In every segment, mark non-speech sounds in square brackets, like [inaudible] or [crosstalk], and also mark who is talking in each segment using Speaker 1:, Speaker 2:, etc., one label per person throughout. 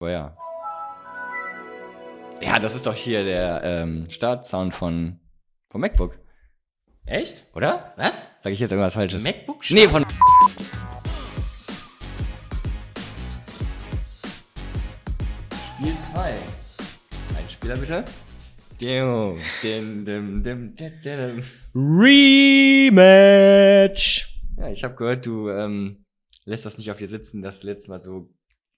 Speaker 1: Feuer. Oh Ja, das ist doch hier der ähm, Startsound von, vom MacBook,
Speaker 2: Echt?
Speaker 1: oder?
Speaker 2: Was?
Speaker 1: Sag ich jetzt irgendwas Falsches?
Speaker 2: MacBook?
Speaker 1: nee, von. Spiel 2. Ein Spieler bitte. Dim, dim, dim, dim, dim, dim.
Speaker 2: Rematch!
Speaker 1: Ja, ich habe gehört, du ähm, lässt das nicht auf dir sitzen, dass du letztes Mal so,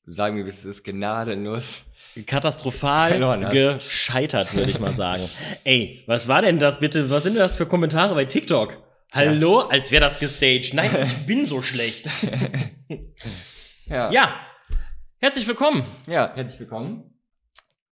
Speaker 1: sagen wir, wie es ist, gnadenlos. Verloren
Speaker 2: Katastrophal
Speaker 1: hast.
Speaker 2: gescheitert, würde ich mal sagen. [laughs] Ey, was war denn das bitte? Was sind denn das für Kommentare bei TikTok? Hallo, als wäre das gestaged. Nein, ich bin so [laughs] schlecht.
Speaker 1: Ja.
Speaker 2: Ja, herzlich willkommen.
Speaker 1: ja, herzlich willkommen.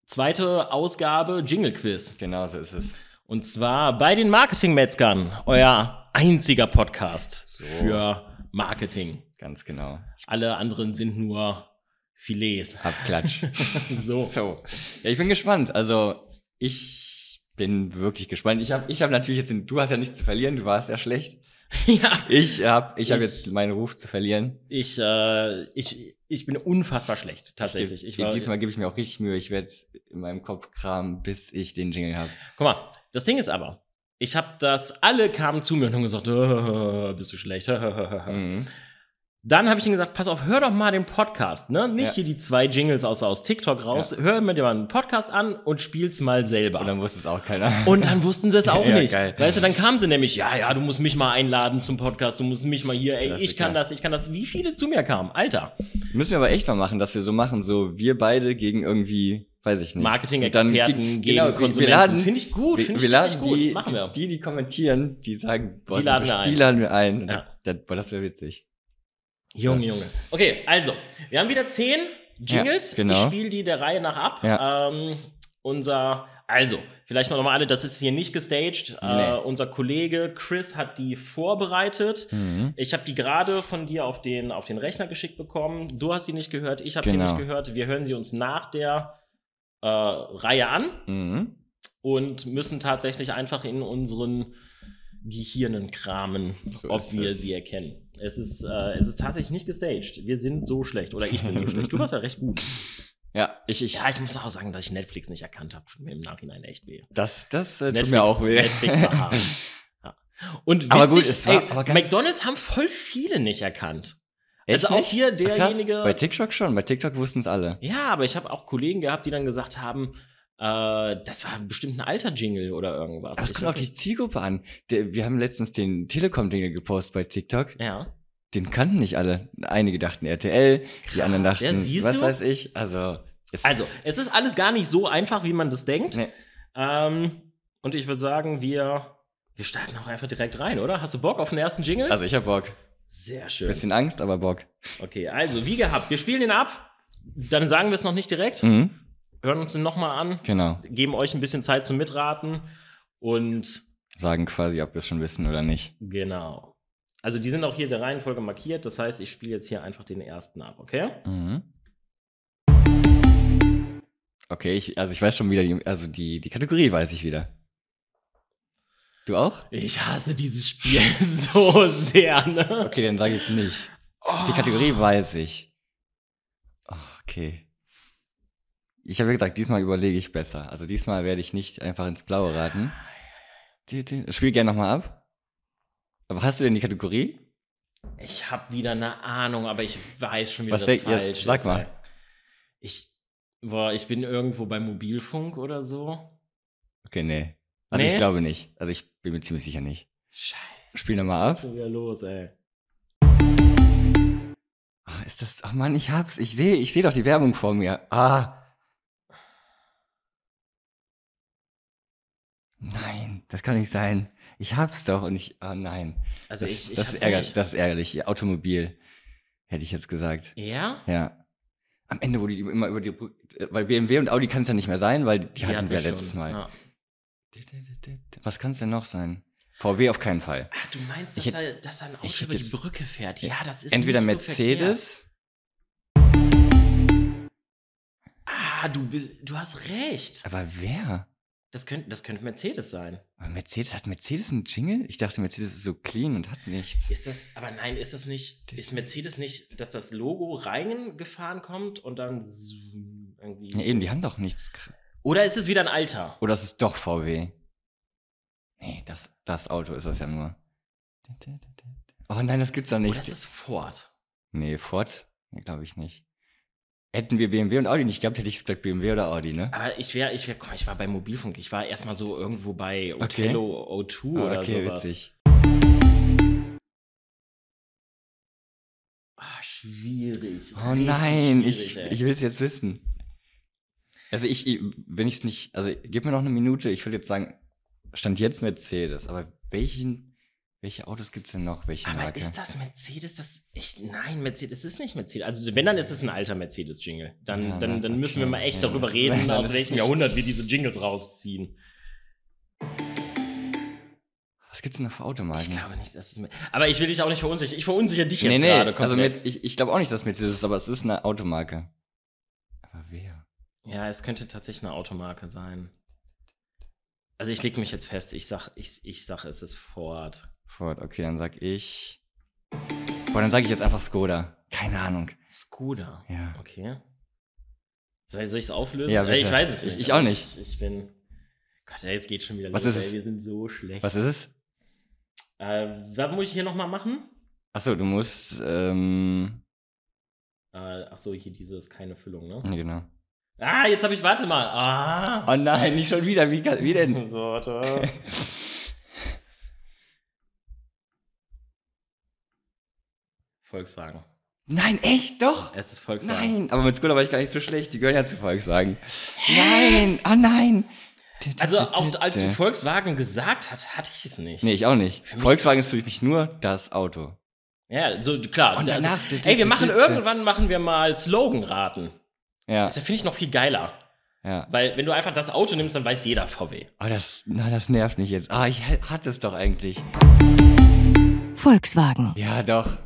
Speaker 2: Zweite Ausgabe Jingle Quiz.
Speaker 1: Genau so ist es.
Speaker 2: Und zwar bei den Marketing-Metzgern, euer einziger Podcast
Speaker 1: So.
Speaker 2: für Marketing.
Speaker 1: Ganz genau.
Speaker 2: Alle anderen sind nur Filets. [laughs]
Speaker 1: Abklatsch. [laughs]
Speaker 2: So. [laughs]
Speaker 1: so. Ja, ich bin gespannt. Also, ich bin wirklich gespannt. Ich habe ich hab natürlich jetzt, den, du hast ja nichts zu verlieren, du warst ja schlecht.
Speaker 2: ja,
Speaker 1: Ich habe ich hab
Speaker 2: Ich-
Speaker 1: jetzt meinen Ruf zu verlieren.
Speaker 2: ich, äh, ich, ich bin unfassbar schlecht, tatsächlich.
Speaker 1: Ich,
Speaker 2: Ich
Speaker 1: geb-
Speaker 2: war,
Speaker 1: diesmal gebe ich mir auch richtig Mühe. Ich werde in meinem Kopf kramen, bis ich den Jingle habe.
Speaker 2: Guck mal, das Ding ist aber, ich habe das, alle kamen zu mir und haben gesagt, [laughs] "Äh, bist du schlecht. [laughs] Dann
Speaker 1: Mhm.
Speaker 2: habe ich ihnen gesagt, pass auf, hör doch mal den Podcast, ne? Nicht
Speaker 1: Ja.
Speaker 2: hier die zwei Jingles aus, aus TikTok raus, hör mir dir mal einen Podcast an und spiel's mal selber.
Speaker 1: Und dann wusste es auch keiner. [laughs]
Speaker 2: Und dann wussten sie es auch
Speaker 1: Ja,
Speaker 2: nicht.
Speaker 1: geil.
Speaker 2: Weißt du, dann kamen sie nämlich, ja, ja, du musst mich mal einladen zum Podcast, du musst mich mal hier, ey, ich
Speaker 1: Klassiker.
Speaker 2: kann das, ich kann das. Wie viele zu mir kamen? Alter.
Speaker 1: Müssen wir aber echt mal machen, dass wir so machen, so wir beide gegen irgendwie, weiß ich nicht.
Speaker 2: Marketing-Experten
Speaker 1: Und dann ge-
Speaker 2: gegen
Speaker 1: genau, wir-
Speaker 2: Konsumenten.
Speaker 1: Wir laden,
Speaker 2: Finde ich gut,
Speaker 1: wir,
Speaker 2: finde ich
Speaker 1: wir
Speaker 2: richtig
Speaker 1: laden
Speaker 2: gut.
Speaker 1: Die,
Speaker 2: Machen wir.
Speaker 1: Die, die kommentieren, die sagen, boah,
Speaker 2: Die
Speaker 1: so
Speaker 2: laden wir
Speaker 1: best-
Speaker 2: ein.
Speaker 1: die laden wir ein.
Speaker 2: Ja.
Speaker 1: Das, boah, das wäre witzig.
Speaker 2: Junge, Junge. Okay, also, wir haben wieder zehn Jingles.
Speaker 1: Ja, genau.
Speaker 2: Ich spiele die der Reihe nach ab.
Speaker 1: Ja.
Speaker 2: Ähm, unser, also, vielleicht mal nochmal alle, das ist hier nicht gestaged.
Speaker 1: Nee.
Speaker 2: Äh, unser Kollege Chris hat die vorbereitet. Ich habe die gerade von dir auf den, auf den Rechner geschickt bekommen. Du hast sie nicht gehört, ich habe
Speaker 1: Genau.
Speaker 2: sie nicht gehört. Wir hören sie uns nach der äh, Reihe an
Speaker 1: Mhm.
Speaker 2: und müssen tatsächlich einfach in unseren Gehirnen kramen,
Speaker 1: So
Speaker 2: ob
Speaker 1: ist
Speaker 2: wir
Speaker 1: es.
Speaker 2: sie erkennen. Es ist, äh, es ist tatsächlich nicht gestaged. Wir sind so schlecht. Oder ich bin
Speaker 1: [laughs]
Speaker 2: so schlecht. Du warst ja recht gut.
Speaker 1: Ja, ich, ich,
Speaker 2: Ja, ich muss auch sagen, dass ich Netflix nicht erkannt habe. Tut mir im Nachhinein echt weh.
Speaker 1: das, das äh, tut mir auch weh.
Speaker 2: Netflix war hart. Ja. Und witzig,
Speaker 1: Aber gut, es war-
Speaker 2: ey,
Speaker 1: aber ganz-
Speaker 2: McDonalds haben voll viele nicht erkannt.
Speaker 1: [laughs] Echt
Speaker 2: also auch
Speaker 1: nicht?
Speaker 2: hier
Speaker 1: Ach, krass.
Speaker 2: derjenige.
Speaker 1: Bei TikTok schon, bei TikTok wussten es alle.
Speaker 2: Ja, aber ich habe auch Kollegen gehabt, die dann gesagt haben, äh, das war bestimmt ein alter Jingle oder irgendwas.
Speaker 1: Aber es
Speaker 2: Ich
Speaker 1: kommt auf
Speaker 2: weiß
Speaker 1: die Zielgruppe an. Der, wir haben letztens den Telekom-Dinge gepostet bei TikTok.
Speaker 2: nicht. Ja.
Speaker 1: Den kannten nicht alle. Einige dachten RTL, die anderen
Speaker 2: Krass, ja,
Speaker 1: dachten,
Speaker 2: siehst
Speaker 1: was
Speaker 2: du?
Speaker 1: weiß ich. Also, es-
Speaker 2: Also, es ist alles gar nicht so einfach, wie man das denkt.
Speaker 1: Nee.
Speaker 2: Ähm, und ich würde sagen, wir, wir starten auch einfach direkt rein, oder? Hast du Bock auf den ersten Jingle?
Speaker 1: also ich hab Bock.
Speaker 2: Sehr schön.
Speaker 1: Bisschen Angst, aber Bock.
Speaker 2: Okay, also wie gehabt, wir spielen den ab, dann sagen wir es noch nicht direkt,
Speaker 1: Mhm.
Speaker 2: hören uns den nochmal an,
Speaker 1: Genau.
Speaker 2: geben euch ein bisschen Zeit zum Mitraten und
Speaker 1: Sagen quasi, ob wir es schon wissen oder nicht.
Speaker 2: genau. Also die sind auch hier der Reihenfolge markiert, das heißt, ich spiele jetzt hier einfach den ersten ab, okay?
Speaker 1: Mhm. Okay, ich, also ich weiß schon wieder, die, also die, die Kategorie weiß ich wieder. Du auch?
Speaker 2: Ich hasse dieses Spiel [laughs] so sehr, ne?
Speaker 1: Okay, dann sage ich es nicht.
Speaker 2: Oh.
Speaker 1: Die Kategorie weiß ich. Oh, Okay. Ich habe ja gesagt, diesmal überlege ich besser. Also diesmal werde ich nicht einfach ins Blaue raten. Die- die- Spiel gerne nochmal ab. Aber hast du denn die Kategorie?
Speaker 2: Ich habe wieder eine Ahnung, aber ich weiß schon wieder,
Speaker 1: Was
Speaker 2: dass
Speaker 1: denkt ihr?
Speaker 2: falsch
Speaker 1: Sag
Speaker 2: ist.
Speaker 1: mal.
Speaker 2: ey. Ich, boah, ich bin irgendwo bei Mobilfunk oder so.
Speaker 1: Okay, nee. Also
Speaker 2: Nee?
Speaker 1: ich glaube nicht. Also ich bin mir ziemlich sicher nicht.
Speaker 2: Scheiße,
Speaker 1: Spiel nochmal ab.
Speaker 2: schon wieder los, ey.
Speaker 1: Ah, ist das. Oh Mann, ich hab's. Ich sehe ich sehe doch die Werbung vor mir. Ah. Nein, das kann nicht sein. Ich hab's doch und ich. Ah, nein.
Speaker 2: Also
Speaker 1: das,
Speaker 2: ich, ich
Speaker 1: das,
Speaker 2: hab's
Speaker 1: ist ärgerlich,
Speaker 2: nicht.
Speaker 1: das ist ärgerlich. Ihr Automobil, hätte ich jetzt gesagt.
Speaker 2: Ja?
Speaker 1: Ja. Am Ende, wo die immer über die. Brü- äh, Weil BMW und Audi kann es ja nicht mehr sein, weil die, hatten wir
Speaker 2: schon.
Speaker 1: letztes Mal.
Speaker 2: Ja.
Speaker 1: Was kann es denn noch sein? VW auf keinen Fall.
Speaker 2: Ach, du meinst, dass,
Speaker 1: Ich
Speaker 2: da, dass da ein
Speaker 1: ich
Speaker 2: Auto
Speaker 1: hätte
Speaker 2: über die
Speaker 1: jetzt-
Speaker 2: Brücke fährt? Ja, das ist
Speaker 1: Entweder
Speaker 2: nicht so
Speaker 1: Mercedes.
Speaker 2: verkehrt. ah, du, bist, du hast recht.
Speaker 1: aber wer?
Speaker 2: Das könnte das könnte Mercedes sein.
Speaker 1: Aber Mercedes, hat Mercedes einen Jingle? Ich dachte, Mercedes ist so clean und hat nichts.
Speaker 2: Ist das, aber nein, ist das nicht, ist Mercedes nicht, dass das Logo reingefahren kommt und dann zoom, irgendwie.
Speaker 1: Ja, eben, die haben doch nichts. kr-
Speaker 2: Oder ist es wieder ein Alter?
Speaker 1: Oder es ist doch VW. Nee, das, das Auto ist das ja nur. Oh nein, das gibt's doch
Speaker 2: Oder
Speaker 1: nicht.
Speaker 2: ist es Ford?
Speaker 1: Nee, Ford? Nee, glaube ich nicht. Hätten wir BMW und Audi nicht gehabt, hätte ich gesagt BMW oder Audi, ne?
Speaker 2: Aber ich wäre, ich wäre, komm, ich war bei Mobilfunk. Ich war erstmal so irgendwo bei
Speaker 1: Okay.
Speaker 2: Othello O2
Speaker 1: Ah,
Speaker 2: oder sowas.
Speaker 1: witzig.
Speaker 2: Ah, schwierig.
Speaker 1: Oh
Speaker 2: Richtig
Speaker 1: nein, ich,
Speaker 2: schwierig, ey.
Speaker 1: ich will es jetzt wissen. Also ich, ich wenn ich es nicht, also gib mir noch eine Minute, ich will jetzt sagen, stand jetzt Mercedes, aber welchen, welche Autos gibt's denn noch, welche
Speaker 2: aber
Speaker 1: Marke?
Speaker 2: ist das Mercedes? Das ich, nein, Mercedes ist nicht Mercedes. Also wenn, dann ist es ein alter Mercedes-Jingle. Dann,
Speaker 1: Ja,
Speaker 2: dann,
Speaker 1: ne,
Speaker 2: dann müssen wir mal echt
Speaker 1: okay. [laughs]
Speaker 2: darüber
Speaker 1: Ja,
Speaker 2: reden,
Speaker 1: dann
Speaker 2: aus
Speaker 1: ist-
Speaker 2: welchem Jahrhundert wir diese Jingles rausziehen.
Speaker 1: Was gibt's denn noch für Automarken?
Speaker 2: Ich glaube nicht, dass es. Mer- Aber ich will dich auch nicht verunsichern. Ich verunsichere dich jetzt
Speaker 1: nee, nee,
Speaker 2: gerade
Speaker 1: also
Speaker 2: komplett.
Speaker 1: mit, ich, ich glaube auch nicht, dass Mercedes ist, aber es ist eine Automarke. Aber wer?
Speaker 2: ja, es könnte tatsächlich eine Automarke sein. Also ich lege mich jetzt fest. Ich sag, ich, ich sag, es ist Ford.
Speaker 1: Ford, okay, dann sag ich. Boah, dann sage ich jetzt einfach Skoda. Keine Ahnung.
Speaker 2: Skoda.
Speaker 1: Ja.
Speaker 2: Okay. Soll, soll ich es auflösen?
Speaker 1: Ja,
Speaker 2: Äh, ich
Speaker 1: bitte.
Speaker 2: weiß es
Speaker 1: Ich-
Speaker 2: nicht.
Speaker 1: ich auch
Speaker 2: aber
Speaker 1: nicht.
Speaker 2: Ich, ich bin. Gott, ey, jetzt geht schon wieder
Speaker 1: Was
Speaker 2: los.
Speaker 1: ist
Speaker 2: ey,
Speaker 1: es?
Speaker 2: wir sind so schlecht.
Speaker 1: Was ist es?
Speaker 2: Äh, was muss ich hier nochmal machen?
Speaker 1: Achso, du musst. Ähm,
Speaker 2: Äh, ach so, hier diese ist keine Füllung, ne?
Speaker 1: nee, genau.
Speaker 2: Ah, jetzt habe ich, warte mal. Ah.
Speaker 1: Oh nein, nicht schon wieder. Wie, wie denn?
Speaker 2: [laughs] So, warte. Volkswagen.
Speaker 1: [laughs] Nein, echt? Doch?
Speaker 2: Es ist Volkswagen.
Speaker 1: Nein, aber mit Skoda war ich gar nicht so schlecht. Die gehören ja zu Volkswagen. Nein, ah nein.
Speaker 2: Also, auch als du Volkswagen gesagt hast, hatte ich es nicht.
Speaker 1: Nee, ich auch nicht.
Speaker 2: Für mich-
Speaker 1: Volkswagen ist für mich nur das Auto.
Speaker 2: Ja, so klar.
Speaker 1: Und danach-
Speaker 2: also, ey, wir machen irgendwann machen wir mal Slogan-Raten.
Speaker 1: Ja,
Speaker 2: Das finde ich noch viel geiler.
Speaker 1: ja.
Speaker 2: Weil wenn du einfach das Auto nimmst, dann weiß jeder VW.
Speaker 1: Oh, das, na, das nervt mich jetzt. Ah, ich h- hatte es doch eigentlich.
Speaker 3: Volkswagen.
Speaker 1: Ja, doch.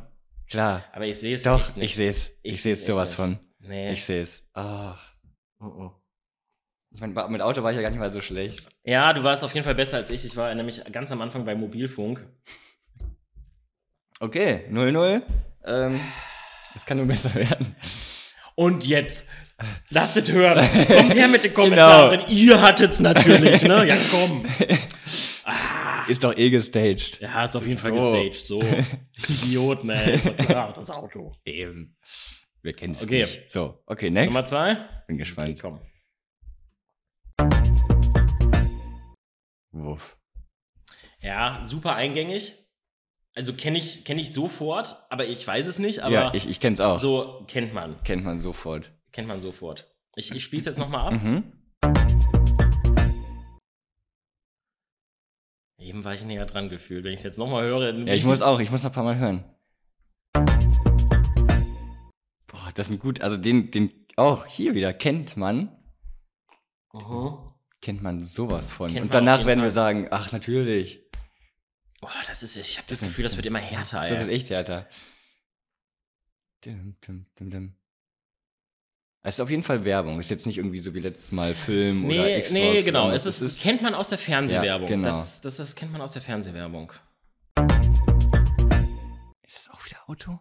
Speaker 1: Klar.
Speaker 2: Aber ich sehe es
Speaker 1: Doch,
Speaker 2: echt nicht.
Speaker 1: ich sehe es. Ich,
Speaker 2: Ich
Speaker 1: sehe es
Speaker 2: seh's echt
Speaker 1: sowas
Speaker 2: nicht.
Speaker 1: von.
Speaker 2: nee.
Speaker 1: Ich sehe es. Ach.
Speaker 2: Oh, oh.
Speaker 1: Ich meine, mit Auto war ich ja gar nicht mal so schlecht.
Speaker 2: Ja, du warst auf jeden Fall besser als ich. Ich war nämlich ganz am Anfang bei Mobilfunk.
Speaker 1: Okay, 0-0. Ähm, es kann nur besser werden.
Speaker 2: Und jetzt lasst es hören. Kommt her mit
Speaker 1: [laughs]
Speaker 2: den Kommentaren.
Speaker 1: Genau.
Speaker 2: Ihr hattet's natürlich, ne? Ja, komm.
Speaker 1: Ist doch eh gestaged.
Speaker 2: Ja, ist auf jeden Fall
Speaker 1: So.
Speaker 2: gestaged.
Speaker 1: [laughs]
Speaker 2: So. Idiot, man. Ist doch klar, das Auto.
Speaker 1: Eben. Wir kennen es
Speaker 2: Okay.
Speaker 1: nicht. So, okay, next.
Speaker 2: Nummer zwei?
Speaker 1: Bin
Speaker 2: Okay,
Speaker 1: gespannt.
Speaker 2: komm.
Speaker 1: Wuff.
Speaker 2: Ja, super eingängig. Also kenne ich, kenn ich sofort, aber ich weiß es nicht, aber
Speaker 1: ja, ich, ich kenn's auch.
Speaker 2: so kennt man.
Speaker 1: Kennt man sofort.
Speaker 2: Kennt man sofort. Ich, ich spiele es jetzt nochmal ab.
Speaker 1: Mhm.
Speaker 2: Eben war ich näher dran gefühlt. Wenn ich es jetzt nochmal höre, dann bin
Speaker 1: Ja, ich muss auch. Ich muss noch ein paar Mal hören. Boah, das sind gut. Also den, den auch hier wieder kennt man.
Speaker 2: Mhm.
Speaker 1: Kennt man sowas von.
Speaker 2: Kennt man
Speaker 1: Und
Speaker 2: auf
Speaker 1: danach
Speaker 2: jeden
Speaker 1: werden
Speaker 2: Fall.
Speaker 1: wir sagen, ach, natürlich.
Speaker 2: Boah, das ist, ich habe das Gefühl, das wird immer härter.
Speaker 1: Das eh
Speaker 2: ey.
Speaker 1: wird echt härter. Dim, dim, dim, dim. Es ist auf jeden Fall Werbung. Ist jetzt nicht irgendwie so wie letztes Mal Film oder
Speaker 2: Nee,
Speaker 1: Xbox.
Speaker 2: nee, genau.
Speaker 1: oder
Speaker 2: Es
Speaker 1: was.
Speaker 2: ist, kennt man aus der Fernsehwerbung.
Speaker 1: Ja, genau.
Speaker 2: das, das, das kennt man aus der Fernsehwerbung.
Speaker 1: ist das auch wieder Auto?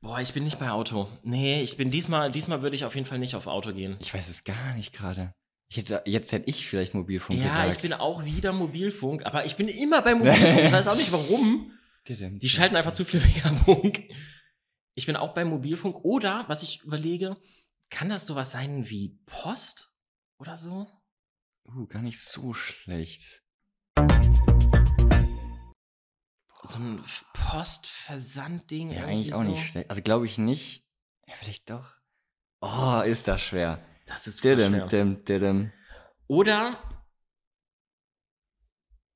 Speaker 2: Boah, ich bin nicht bei Auto. Nee, ich bin diesmal, diesmal würde ich auf jeden Fall nicht auf Auto gehen.
Speaker 1: Ich weiß es gar nicht gerade. Ich hätte, jetzt hätte ich vielleicht Mobilfunk
Speaker 2: ja,
Speaker 1: gesagt.
Speaker 2: ich bin auch wieder Mobilfunk, aber ich bin immer bei Mobilfunk. Ich weiß auch nicht warum.
Speaker 1: bin
Speaker 2: Die schalten einfach zu viel [laughs] Werbung. Ich bin auch bei Mobilfunk. Oder, was ich überlege, kann das sowas sein wie Post oder so?
Speaker 1: Uh, gar nicht so schlecht.
Speaker 2: So ein Postversandding.
Speaker 1: Ja,
Speaker 2: irgendwie
Speaker 1: eigentlich auch
Speaker 2: so.
Speaker 1: nicht schlecht. Also glaube ich nicht. Ja, vielleicht doch. Oh, ist das schwer.
Speaker 2: Das ist super
Speaker 1: Didim,
Speaker 2: schwer.
Speaker 1: dim, didim.
Speaker 2: Oder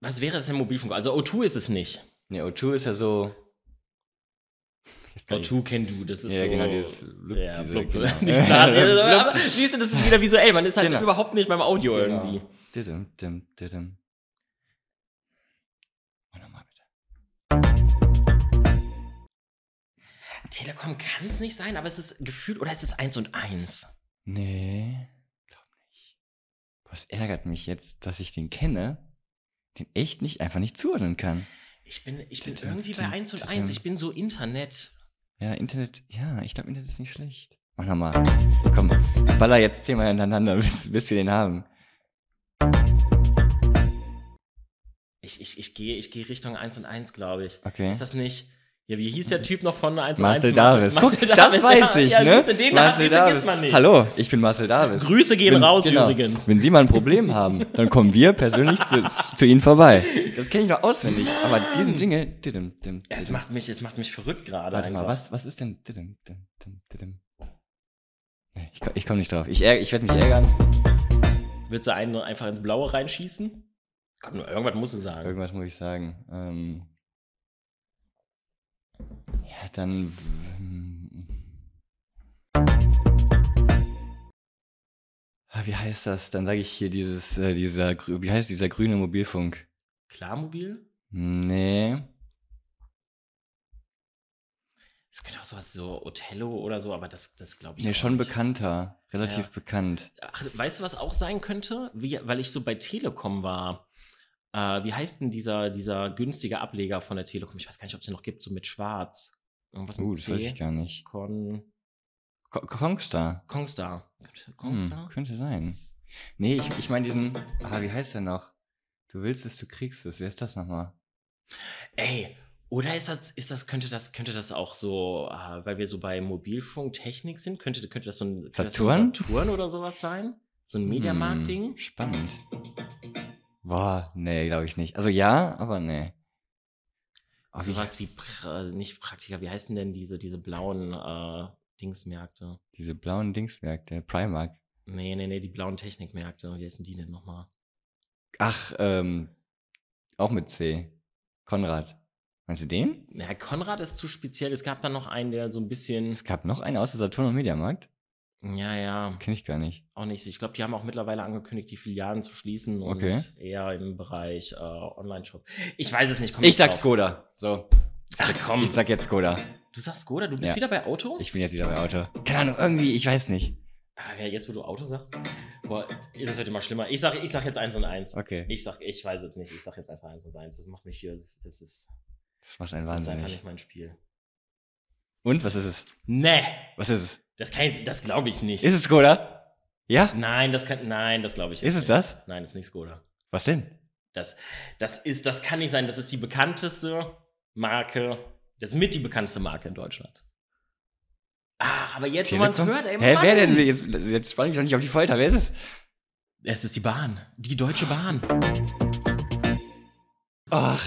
Speaker 2: was wäre das denn Mobilfunk? Also O2 ist es nicht.
Speaker 1: Nee, O2 ist ja so. Jetzt kann ich-
Speaker 2: O2 can do. Das ist
Speaker 1: Ja,
Speaker 2: so.
Speaker 1: genau, dieses Blub,
Speaker 2: ja,
Speaker 1: diese-
Speaker 2: blub,
Speaker 1: genau.
Speaker 2: [laughs] die
Speaker 1: [laughs]
Speaker 2: Blase. aber, aber siehst du, das ist wieder visuell. Man ist halt
Speaker 1: Genau.
Speaker 2: überhaupt nicht beim Audio
Speaker 1: Genau.
Speaker 2: irgendwie.
Speaker 1: Didim, dim, didim. Und nochmal bitte.
Speaker 2: Telekom kann es nicht sein, aber es ist gefühlt, oder es ist eins und eins.
Speaker 1: Nee, glaub nicht. Was ärgert mich jetzt, dass ich den kenne, den echt nicht einfach nicht zuordnen kann.
Speaker 2: Ich bin, ich bin
Speaker 1: Tü- tü-
Speaker 2: irgendwie bei
Speaker 1: tü-
Speaker 2: 1 und
Speaker 1: tü-
Speaker 2: 1.
Speaker 1: tü-
Speaker 2: Ich bin so Internet.
Speaker 1: Ja, Internet, ja, ich glaube, Internet ist nicht schlecht. Mach nochmal. Komm, baller jetzt zehnmal hintereinander, [laughs] bis, bis wir den haben.
Speaker 2: Ich, ich, ich gehe ich geh Richtung 1 und 1, glaube ich.
Speaker 1: Okay.
Speaker 2: Ist das nicht. Ja, wie hieß der Typ noch von 1 und 1?
Speaker 1: Marcel Davis.
Speaker 2: Marcel
Speaker 1: Guck,
Speaker 2: Davis,
Speaker 1: das weiß
Speaker 2: ja,
Speaker 1: ich,
Speaker 2: ja,
Speaker 1: ne?
Speaker 2: siehst du,
Speaker 1: Marcel
Speaker 2: Den Marcel Davis.
Speaker 1: Davis.
Speaker 2: vergisst man nicht.
Speaker 1: Hallo, ich bin Marcel Davis.
Speaker 2: Grüße gehen
Speaker 1: Wenn-
Speaker 2: raus
Speaker 1: genau.
Speaker 2: übrigens.
Speaker 1: Wenn Sie mal ein Problem haben, dann kommen wir persönlich zu, zu Ihnen vorbei. Das kenne ich noch auswendig, aber
Speaker 2: Ah.
Speaker 1: diesen Jingle. Didim, dim,
Speaker 2: Es
Speaker 1: didim.
Speaker 2: macht mich, es macht mich verrückt gerade
Speaker 1: Warte
Speaker 2: einfach.
Speaker 1: mal, was, was ist denn? Didim, dim, dim, didim. Nee, ich komme ich komm nicht drauf. Ich, ärg- ich werde mich ärgern.
Speaker 2: Willst du einen einfach ins Blaue reinschießen? Komm, irgendwas musst du sagen.
Speaker 1: Irgendwas muss ich sagen. Ähm, ja, dann. hm. Ah, Wie heißt das? Dann sage ich hier dieses, äh, dieser, grü- wie heißt dieser grüne Mobilfunk?
Speaker 2: Klarmobil?
Speaker 1: Nee.
Speaker 2: Es könnte auch sowas so Othello oder so, aber das, das glaube ich
Speaker 1: Nee,
Speaker 2: auch
Speaker 1: schon
Speaker 2: nicht.
Speaker 1: bekannter. Relativ
Speaker 2: Ja.
Speaker 1: bekannt.
Speaker 2: Ach, weißt du, was auch sein könnte? Wie, weil ich so bei Telekom war. Äh, wie heißt denn dieser, dieser günstige Ableger von der Telekom? Ich weiß gar nicht, ob es den noch gibt, so mit Schwarz. Irgendwas
Speaker 1: Uh,
Speaker 2: mit
Speaker 1: das weiß ich
Speaker 2: C.
Speaker 1: gar nicht.
Speaker 2: Con
Speaker 1: Ko- Kongstar.
Speaker 2: Kongstar. Kongstar?
Speaker 1: Hm, könnte sein. Nee, ich, ich meine diesen. Ah, wie heißt der noch? Du willst es, du kriegst es. Wer ist das nochmal?
Speaker 2: Ey, oder ist das, ist das, könnte das, könnte das auch so, äh, weil wir so bei Mobilfunktechnik sind, könnte, könnte das so ein könnte das so ein
Speaker 1: Saturn?
Speaker 2: Saturn oder sowas sein? So ein
Speaker 1: Hm,
Speaker 2: Mediamarkt-Ding?
Speaker 1: spannend. Boah, nee, glaube ich nicht. Also ja, aber nee. Oh, wie-
Speaker 2: Sowas wie, pra nicht Praktika, wie heißen denn diese, diese blauen äh, Dingsmärkte?
Speaker 1: diese blauen Dingsmärkte, Primark.
Speaker 2: Nee, nee, nee, die blauen Technikmärkte. Wie heißen die denn nochmal?
Speaker 1: Ach, ähm, auch mit C. Konrad. Meinst du den?
Speaker 2: Ja, Konrad ist zu speziell. Es gab dann noch einen, der so ein bisschen.
Speaker 1: Es gab noch einen außer Saturn und Mediamarkt.
Speaker 2: Ja, ja,
Speaker 1: Kenne ich gar nicht.
Speaker 2: auch nicht. Ich glaube, die haben auch mittlerweile angekündigt, die Filialen zu schließen und
Speaker 1: Okay.
Speaker 2: eher im Bereich äh, Online-Shop. Ich weiß es nicht. komm
Speaker 1: Ich
Speaker 2: nicht
Speaker 1: sag
Speaker 2: drauf.
Speaker 1: Skoda. So. Ich sag
Speaker 2: Ach,
Speaker 1: jetzt-
Speaker 2: komm.
Speaker 1: Ich sag jetzt Skoda.
Speaker 2: Du sagst Skoda, du bist
Speaker 1: Ja.
Speaker 2: wieder bei Auto?
Speaker 1: Ich bin jetzt wieder bei Auto. Keine Ahnung, irgendwie, ich weiß nicht.
Speaker 2: Ah, ja, jetzt, wo du Auto sagst. Boah, das wird immer schlimmer. Ich sag, ich sag jetzt eins und eins.
Speaker 1: Okay.
Speaker 2: Ich sag, ich weiß es nicht. Ich sag jetzt einfach eins und eins. Das macht mich hier. Das ist,
Speaker 1: Das macht einen
Speaker 2: das ist einfach
Speaker 1: wahnsinnig.
Speaker 2: nicht mein Spiel.
Speaker 1: Und, was ist es?
Speaker 2: Nee,
Speaker 1: Was ist es?
Speaker 2: das kann ich, das glaube ich nicht.
Speaker 1: Ist es Skoda? Ja?
Speaker 2: Nein, das kann. Nein, das glaube ich jetzt
Speaker 1: Ist es
Speaker 2: nicht.
Speaker 1: das?
Speaker 2: Nein, ist nicht Skoda.
Speaker 1: Was denn?
Speaker 2: Das, das, ist, das kann nicht sein. Das ist die bekannteste Marke. Das ist mit die bekannteste Marke in Deutschland. Ach, aber jetzt, wo man es
Speaker 1: Telekom?
Speaker 2: hört, ey,
Speaker 1: Hä, wer
Speaker 2: Mann!
Speaker 1: denn? Jetzt, jetzt spann ich doch nicht auf die Folter. Wer ist es?
Speaker 2: Es ist die Bahn. Die Deutsche Bahn.
Speaker 1: Ach,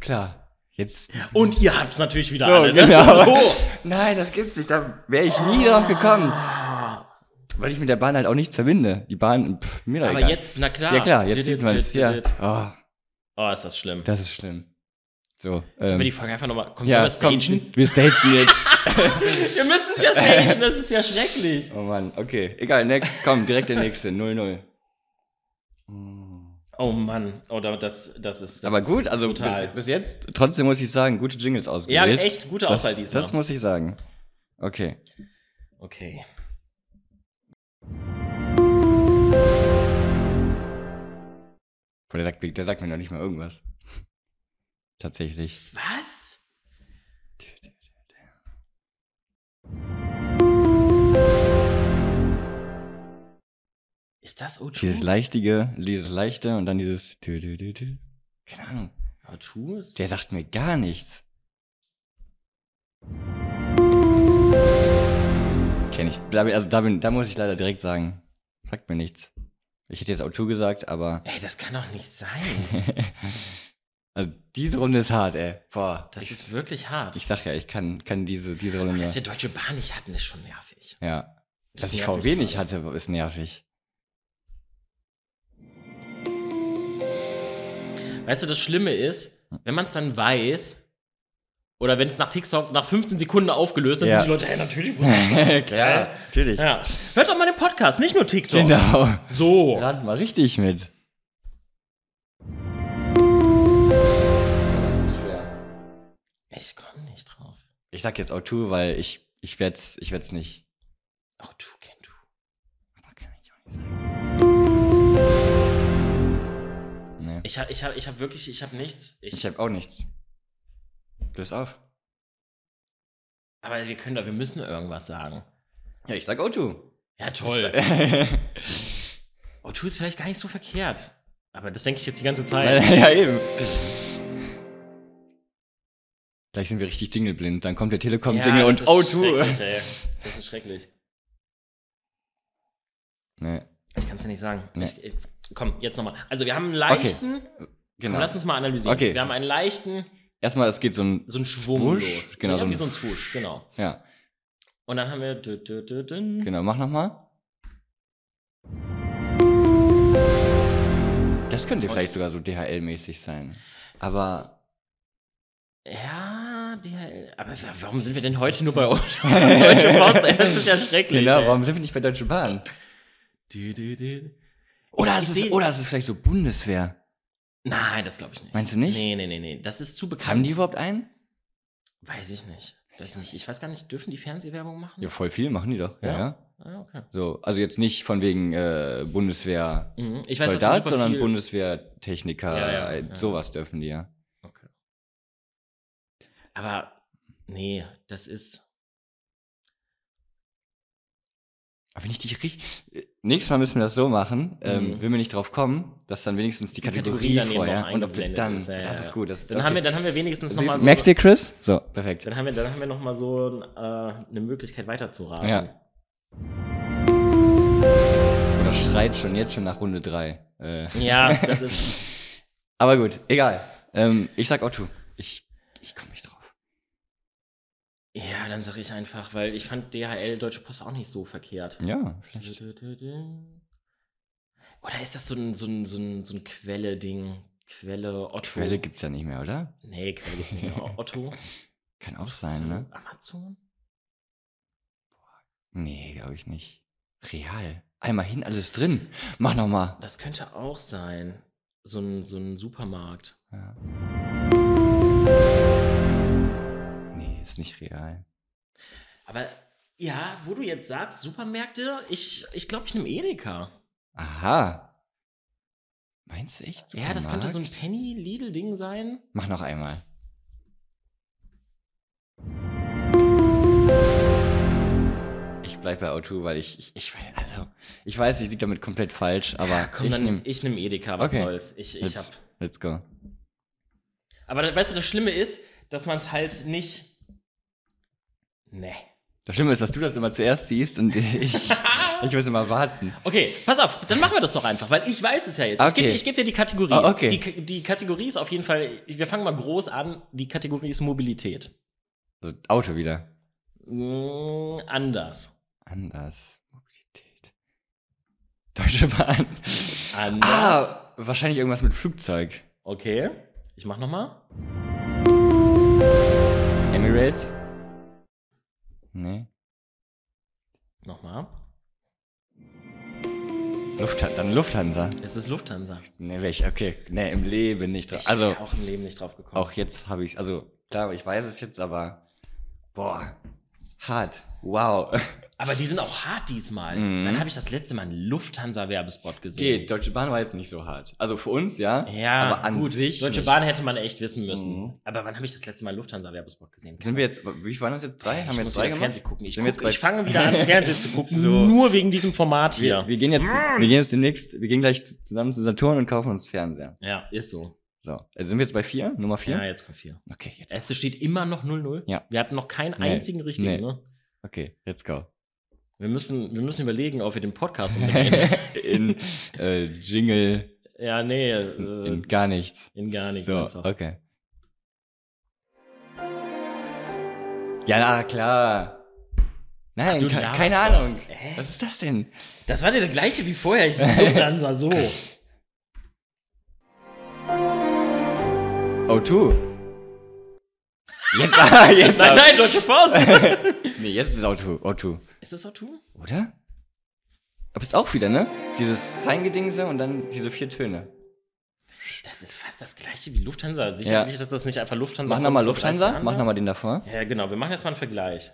Speaker 1: klar. Jetzt.
Speaker 2: Und ihr habt's natürlich wieder
Speaker 1: So,
Speaker 2: alle. Ne?
Speaker 1: genau.
Speaker 2: So.
Speaker 1: [laughs] Nein, das gibt's nicht. Da wäre ich nie drauf gekommen.
Speaker 2: Ah,
Speaker 1: Weil ich mit der Bahn halt auch nichts verbinde. Die Bahn, pff, mir doch
Speaker 2: aber
Speaker 1: egal.
Speaker 2: jetzt, na klar.
Speaker 1: ja klar, jetzt
Speaker 2: Didit,
Speaker 1: sieht man es.
Speaker 2: didit,
Speaker 1: Ja.
Speaker 2: didit.
Speaker 1: Oh,
Speaker 2: Oh, ist das schlimm.
Speaker 1: das ist schlimm. So.
Speaker 2: Sollen wir die
Speaker 1: Ähm,
Speaker 2: Folge einfach nochmal. Kommt
Speaker 1: ja,
Speaker 2: ja, soll
Speaker 1: komm,
Speaker 2: das stagen?
Speaker 1: wir stagen jetzt.
Speaker 2: Wir müssen
Speaker 1: [laughs]
Speaker 2: es ja stagen, das ist ja schrecklich.
Speaker 1: Oh Mann, okay. Egal, next. Komm, direkt der [laughs] nächste. 0-0.
Speaker 2: Oh Mann. Oh, da- das, das ist. Das
Speaker 1: Aber
Speaker 2: ist
Speaker 1: gut, also bis,
Speaker 2: Total.
Speaker 1: bis jetzt, trotzdem muss ich sagen, gute Jingles
Speaker 2: Ja,
Speaker 1: ausgewählt.
Speaker 2: echt gute
Speaker 1: Das,
Speaker 2: Auswahl diesmal.
Speaker 1: das muss ich sagen. Okay.
Speaker 2: okay.
Speaker 1: Boah, der sagt, der sagt mir noch nicht mal irgendwas. Tatsächlich.
Speaker 2: Was? Ist das
Speaker 1: Dieses
Speaker 2: O2?
Speaker 1: leichtige, dieses leichte und dann dieses. Tü, tü, tü, tü. Keine Ahnung.
Speaker 2: O2 ist.
Speaker 1: Der sagt mir gar nichts. Kenn ich. Da bin- Also da, bin, da muss ich leider direkt sagen. Sagt mir nichts. Ich hätte jetzt Auto gesagt, aber.
Speaker 2: Ey, das kann doch nicht
Speaker 1: [laughs]
Speaker 2: sein.
Speaker 1: also diese Runde ist hart, ey. Boah.
Speaker 2: Das
Speaker 1: ich,
Speaker 2: ist wirklich hart.
Speaker 1: ich sag ja, ich kann, kann diese, diese Runde
Speaker 2: Aber dass
Speaker 1: nur.
Speaker 2: wir Deutsche Bahn nicht hatten, ist schon nervig.
Speaker 1: Ja. Dass
Speaker 2: Das
Speaker 1: ich
Speaker 2: nervt
Speaker 1: VW
Speaker 2: mich
Speaker 1: nicht
Speaker 2: gerade.
Speaker 1: hatte, ist
Speaker 2: [laughs]
Speaker 1: nervig.
Speaker 2: Weißt du, das Schlimme ist,
Speaker 1: Hm.
Speaker 2: wenn man es dann weiß, oder wenn es nach TikTok nach 15 Sekunden aufgelöst, dann
Speaker 1: Ja.
Speaker 2: sind die Leute, hey, natürlich wusste
Speaker 1: [laughs]
Speaker 2: ich das.
Speaker 1: Klar, natürlich.
Speaker 2: Ja. Hört doch mal den Podcast, nicht nur TikTok.
Speaker 1: Genau.
Speaker 2: So.
Speaker 1: Rat mal richtig mit.
Speaker 2: Ich komme nicht drauf.
Speaker 1: Ich sag jetzt O2, weil ich, ich werd's, ich werd's nicht.
Speaker 2: Oh, du, kenn du.
Speaker 1: Aber kann ich auch nicht sagen. Nee.
Speaker 2: Ich habe ich hab, ich hab wirklich, ich habe nichts. Ich,
Speaker 1: Ich hab auch nichts. Löst auf.
Speaker 2: aber wir können doch, wir müssen irgendwas sagen.
Speaker 1: Ja, ich sag O2.
Speaker 2: Ja,
Speaker 1: [laughs]
Speaker 2: toll. Oh, tu ist vielleicht gar nicht so verkehrt. Aber das denke ich jetzt die ganze Zeit. [laughs]
Speaker 1: ja, eben. [laughs] Gleich sind wir richtig jingleblind. Dann kommt der Telekom-Jingle
Speaker 2: ja,
Speaker 1: und oh,
Speaker 2: das ist schrecklich,
Speaker 1: O2.
Speaker 2: ey. Das ist schrecklich.
Speaker 1: [laughs] Nee,
Speaker 2: Ich kann es ja nicht sagen.
Speaker 1: Nee.
Speaker 2: Ich, ich- komm, jetzt nochmal. Also wir haben einen leichten. Komm,
Speaker 1: genau.
Speaker 2: lass uns mal analysieren.
Speaker 1: Okay.
Speaker 2: Wir haben einen leichten,
Speaker 1: Erstmal, es geht so ein.
Speaker 2: so einen Schwung
Speaker 1: Swoosh,
Speaker 2: los.
Speaker 1: genau,
Speaker 2: ja,
Speaker 1: so
Speaker 2: so
Speaker 1: ein-
Speaker 2: wie so ein Swoosh, genau.
Speaker 1: Ja,
Speaker 2: Und dann haben wir. dü- dü- dü- dün.
Speaker 1: genau. Mach nochmal. Das könnte
Speaker 2: Und-
Speaker 1: vielleicht sogar so DHL-mäßig sein.
Speaker 2: [laughs]
Speaker 1: Aber.
Speaker 2: Ja, DHL. Aber wa- warum sind wir denn heute nur bei O- [laughs] Deutsche Post? Ey, Das
Speaker 1: [laughs]
Speaker 2: ist ja schrecklich.
Speaker 1: Genau,
Speaker 2: ey.
Speaker 1: warum sind wir nicht bei Deutsche Bahn?
Speaker 2: Dü- dü- dü.
Speaker 1: Oder
Speaker 2: Ich
Speaker 1: es ist,
Speaker 2: seh-
Speaker 1: oder es ist vielleicht so Bundeswehr.
Speaker 2: Nein, das glaube ich nicht.
Speaker 1: Meinst du nicht?
Speaker 2: Nee, nee, nee, nee. Das ist zu bekannt.
Speaker 1: Haben die überhaupt einen?
Speaker 2: Weiß ich nicht. Weiß nicht. Ich weiß gar nicht, dürfen die Fernsehwerbung machen?
Speaker 1: Ja, voll viel machen die doch.
Speaker 2: Mhm.
Speaker 1: Ja.
Speaker 2: Ja.
Speaker 1: ja.
Speaker 2: Ah, okay.
Speaker 1: So, also jetzt nicht von wegen äh, Bundeswehr
Speaker 2: Mhm. Ich weiß, dass da
Speaker 1: Soldat,
Speaker 2: super
Speaker 1: sondern
Speaker 2: viel-
Speaker 1: Bundeswehrtechniker,
Speaker 2: Ja, ja,
Speaker 1: äh,
Speaker 2: ja.
Speaker 1: sowas dürfen die ja.
Speaker 2: Okay. Aber nee, das ist.
Speaker 1: Aber wenn ich dich richtig. äh, Nächstes Mal müssen wir das so machen,
Speaker 2: Mhm.
Speaker 1: ähm, wenn wir nicht drauf kommen, dass dann wenigstens die,
Speaker 2: Die
Speaker 1: Kategorie,
Speaker 2: Kategorie daneben
Speaker 1: vorher
Speaker 2: noch
Speaker 1: und ob wir
Speaker 2: eingeblendet
Speaker 1: dann.
Speaker 2: ist, ja, ja,
Speaker 1: das
Speaker 2: ja.
Speaker 1: ist gut. Das,
Speaker 2: Dann, haben, wir, dann haben wir wenigstens
Speaker 1: Siehst-
Speaker 2: nochmal so.
Speaker 1: Merkst du, Chris? So, perfekt.
Speaker 2: dann haben wir, dann haben wir noch mal so äh, eine Möglichkeit weiterzuraten.
Speaker 1: Ja. Oder schreit schon jetzt schon nach Runde 3. Äh,
Speaker 2: Ja,
Speaker 1: [laughs]
Speaker 2: das ist.
Speaker 1: aber gut, egal. Ähm, ich sag Otto. Ich, ich komme nicht drauf.
Speaker 2: Ja, dann sage ich einfach, weil ich fand DHL Deutsche Post auch nicht so verkehrt.
Speaker 1: Ja, Hm, vielleicht.
Speaker 2: Oder ist das so ein, so ein, so ein, so ein Quelle-Ding? Quelle Otto?
Speaker 1: Quelle gibt's ja nicht mehr, oder?
Speaker 2: Nee, Quelle gibt's
Speaker 1: [laughs]
Speaker 2: nicht mehr. Otto?
Speaker 1: Kann auch sein, ne?
Speaker 2: Amazon?
Speaker 1: Nee, glaube ich nicht. Real. Einmal hin, alles drin. Mach nochmal.
Speaker 2: Das könnte auch sein. So ein, so ein Supermarkt.
Speaker 1: Ja. Nee, ist nicht real.
Speaker 2: Aber ja, wo du jetzt sagst, Supermärkte, ich glaube, ich, glaub, ich nehme Edeka.
Speaker 1: Aha. Meinst du echt?
Speaker 2: Ja, das könnte so ein
Speaker 1: Supermarkt?
Speaker 2: Penny-Lidl-Ding sein.
Speaker 1: Mach noch einmal. Ich bleib bei O2, weil ich, ich, ich, weiß- also, ich weiß, ich lieg damit komplett falsch, aber
Speaker 2: ja, komm,
Speaker 1: ich
Speaker 2: dann
Speaker 1: nehm-
Speaker 2: ich nehme Edeka, was
Speaker 1: Okay.
Speaker 2: soll's. Ich, ich hab.
Speaker 1: let's, let's go.
Speaker 2: Aber da- weißt du, das Schlimme ist, dass man es halt nicht. Nee.
Speaker 1: Das Schlimme ist, dass du das immer zuerst siehst und [laughs] ich, ich muss immer warten.
Speaker 2: Okay, pass auf, dann machen wir das doch einfach, weil ich weiß es ja jetzt. Ich
Speaker 1: Okay.
Speaker 2: gebe ich geb dir die Kategorie.
Speaker 1: Ah, okay.
Speaker 2: die, die Kategorie ist auf jeden Fall, wir fangen mal groß an, die Kategorie ist Mobilität.
Speaker 1: Also Auto wieder.
Speaker 2: Mm, anders.
Speaker 1: Anders. Mobilität. Deutsche Bahn.
Speaker 2: Anders.
Speaker 1: Ah, wahrscheinlich irgendwas mit Flugzeug.
Speaker 2: Okay, ich mach nochmal.
Speaker 1: Emirates? Nee.
Speaker 2: Nochmal.
Speaker 1: Lufthansa, dann Lufthansa.
Speaker 2: Es ist Lufthansa.
Speaker 1: Nee, welch, okay. Nee, im Leben nicht drauf.
Speaker 2: Ich
Speaker 1: Also,
Speaker 2: wär auch im Leben nicht drauf gekommen.
Speaker 1: auch jetzt habe ich es. Also, klar, ich weiß es jetzt, aber. Boah. Hart. Wow. [laughs]
Speaker 2: Aber die sind auch hart diesmal.
Speaker 1: Mhm.
Speaker 2: Dann habe ich das letzte Mal einen Lufthansa-Werbespot gesehen.
Speaker 1: Geht. Deutsche Bahn war jetzt nicht so hart. Also für uns, ja.
Speaker 2: Ja,
Speaker 1: aber an
Speaker 2: gut.
Speaker 1: sich.
Speaker 2: Deutsche
Speaker 1: nicht.
Speaker 2: Bahn hätte man echt wissen müssen.
Speaker 1: Mhm.
Speaker 2: Aber wann habe ich das letzte Mal einen Lufthansa-Werbespot gesehen?
Speaker 1: Sind wir jetzt, wie viel waren das jetzt? Drei?
Speaker 2: ich
Speaker 1: Haben wir
Speaker 2: muss
Speaker 1: jetzt drei
Speaker 2: wieder
Speaker 1: gemacht?
Speaker 2: Fernsehen gucken. Ich,
Speaker 1: Sind wir
Speaker 2: guck,
Speaker 1: jetzt bei-
Speaker 2: ich
Speaker 1: [laughs]
Speaker 2: fange wieder an, Fernsehen zu gucken.
Speaker 1: So.
Speaker 2: Nur wegen diesem Format hier.
Speaker 1: Wir, wir gehen jetzt, wir gehen jetzt demnächst, wir gehen gleich zu- zusammen zu Saturn und kaufen uns Fernseher.
Speaker 2: ja, ist so.
Speaker 1: So, also sind wir jetzt bei vier? Nummer vier?
Speaker 2: Ja, jetzt kommt vier.
Speaker 1: Okay, jetzt.
Speaker 2: Es steht immer noch 0-0.
Speaker 1: Ja.
Speaker 2: Wir hatten noch keinen
Speaker 1: Nee.
Speaker 2: einzigen richtigen.
Speaker 1: Nee.
Speaker 2: Ne?
Speaker 1: Okay, let's go.
Speaker 2: Wir, müssen, wir müssen überlegen, ob wir
Speaker 1: [laughs]
Speaker 2: den Podcast [laughs] umbenennen.
Speaker 1: in äh, Jingle,
Speaker 2: ja, nee.
Speaker 1: in,
Speaker 2: Äh,
Speaker 1: in gar nichts.
Speaker 2: in gar nichts
Speaker 1: So,
Speaker 2: einfach.
Speaker 1: okay. Ja, na klar. Nein,
Speaker 2: du
Speaker 1: ke-
Speaker 2: laberst
Speaker 1: keine
Speaker 2: doch.
Speaker 1: Ahnung.
Speaker 2: Hä?
Speaker 1: Was ist das denn?
Speaker 2: das war der gleiche wie vorher.
Speaker 1: [laughs]
Speaker 2: Ich bin Lufthansa so.
Speaker 1: O2. Jetzt, ah, jetzt,
Speaker 2: Nein,
Speaker 1: nein,
Speaker 2: nein, Deutsche
Speaker 1: [laughs]
Speaker 2: Post.
Speaker 1: Nee, jetzt ist es O2. O2.
Speaker 2: ist das O2?
Speaker 1: Oder? Aber ist auch wieder, ne? Dieses Reingedingse und dann diese vier Töne.
Speaker 2: Das ist fast das gleiche wie Lufthansa.
Speaker 1: Ja.
Speaker 2: Sicherlich, dass das nicht einfach Lufthansa
Speaker 1: Mach
Speaker 2: von
Speaker 1: nochmal
Speaker 2: vor 30
Speaker 1: Lufthansa,
Speaker 2: Jahren
Speaker 1: mach
Speaker 2: war.
Speaker 1: nochmal den davor.
Speaker 2: Ja, genau. Wir machen jetzt mal einen Vergleich.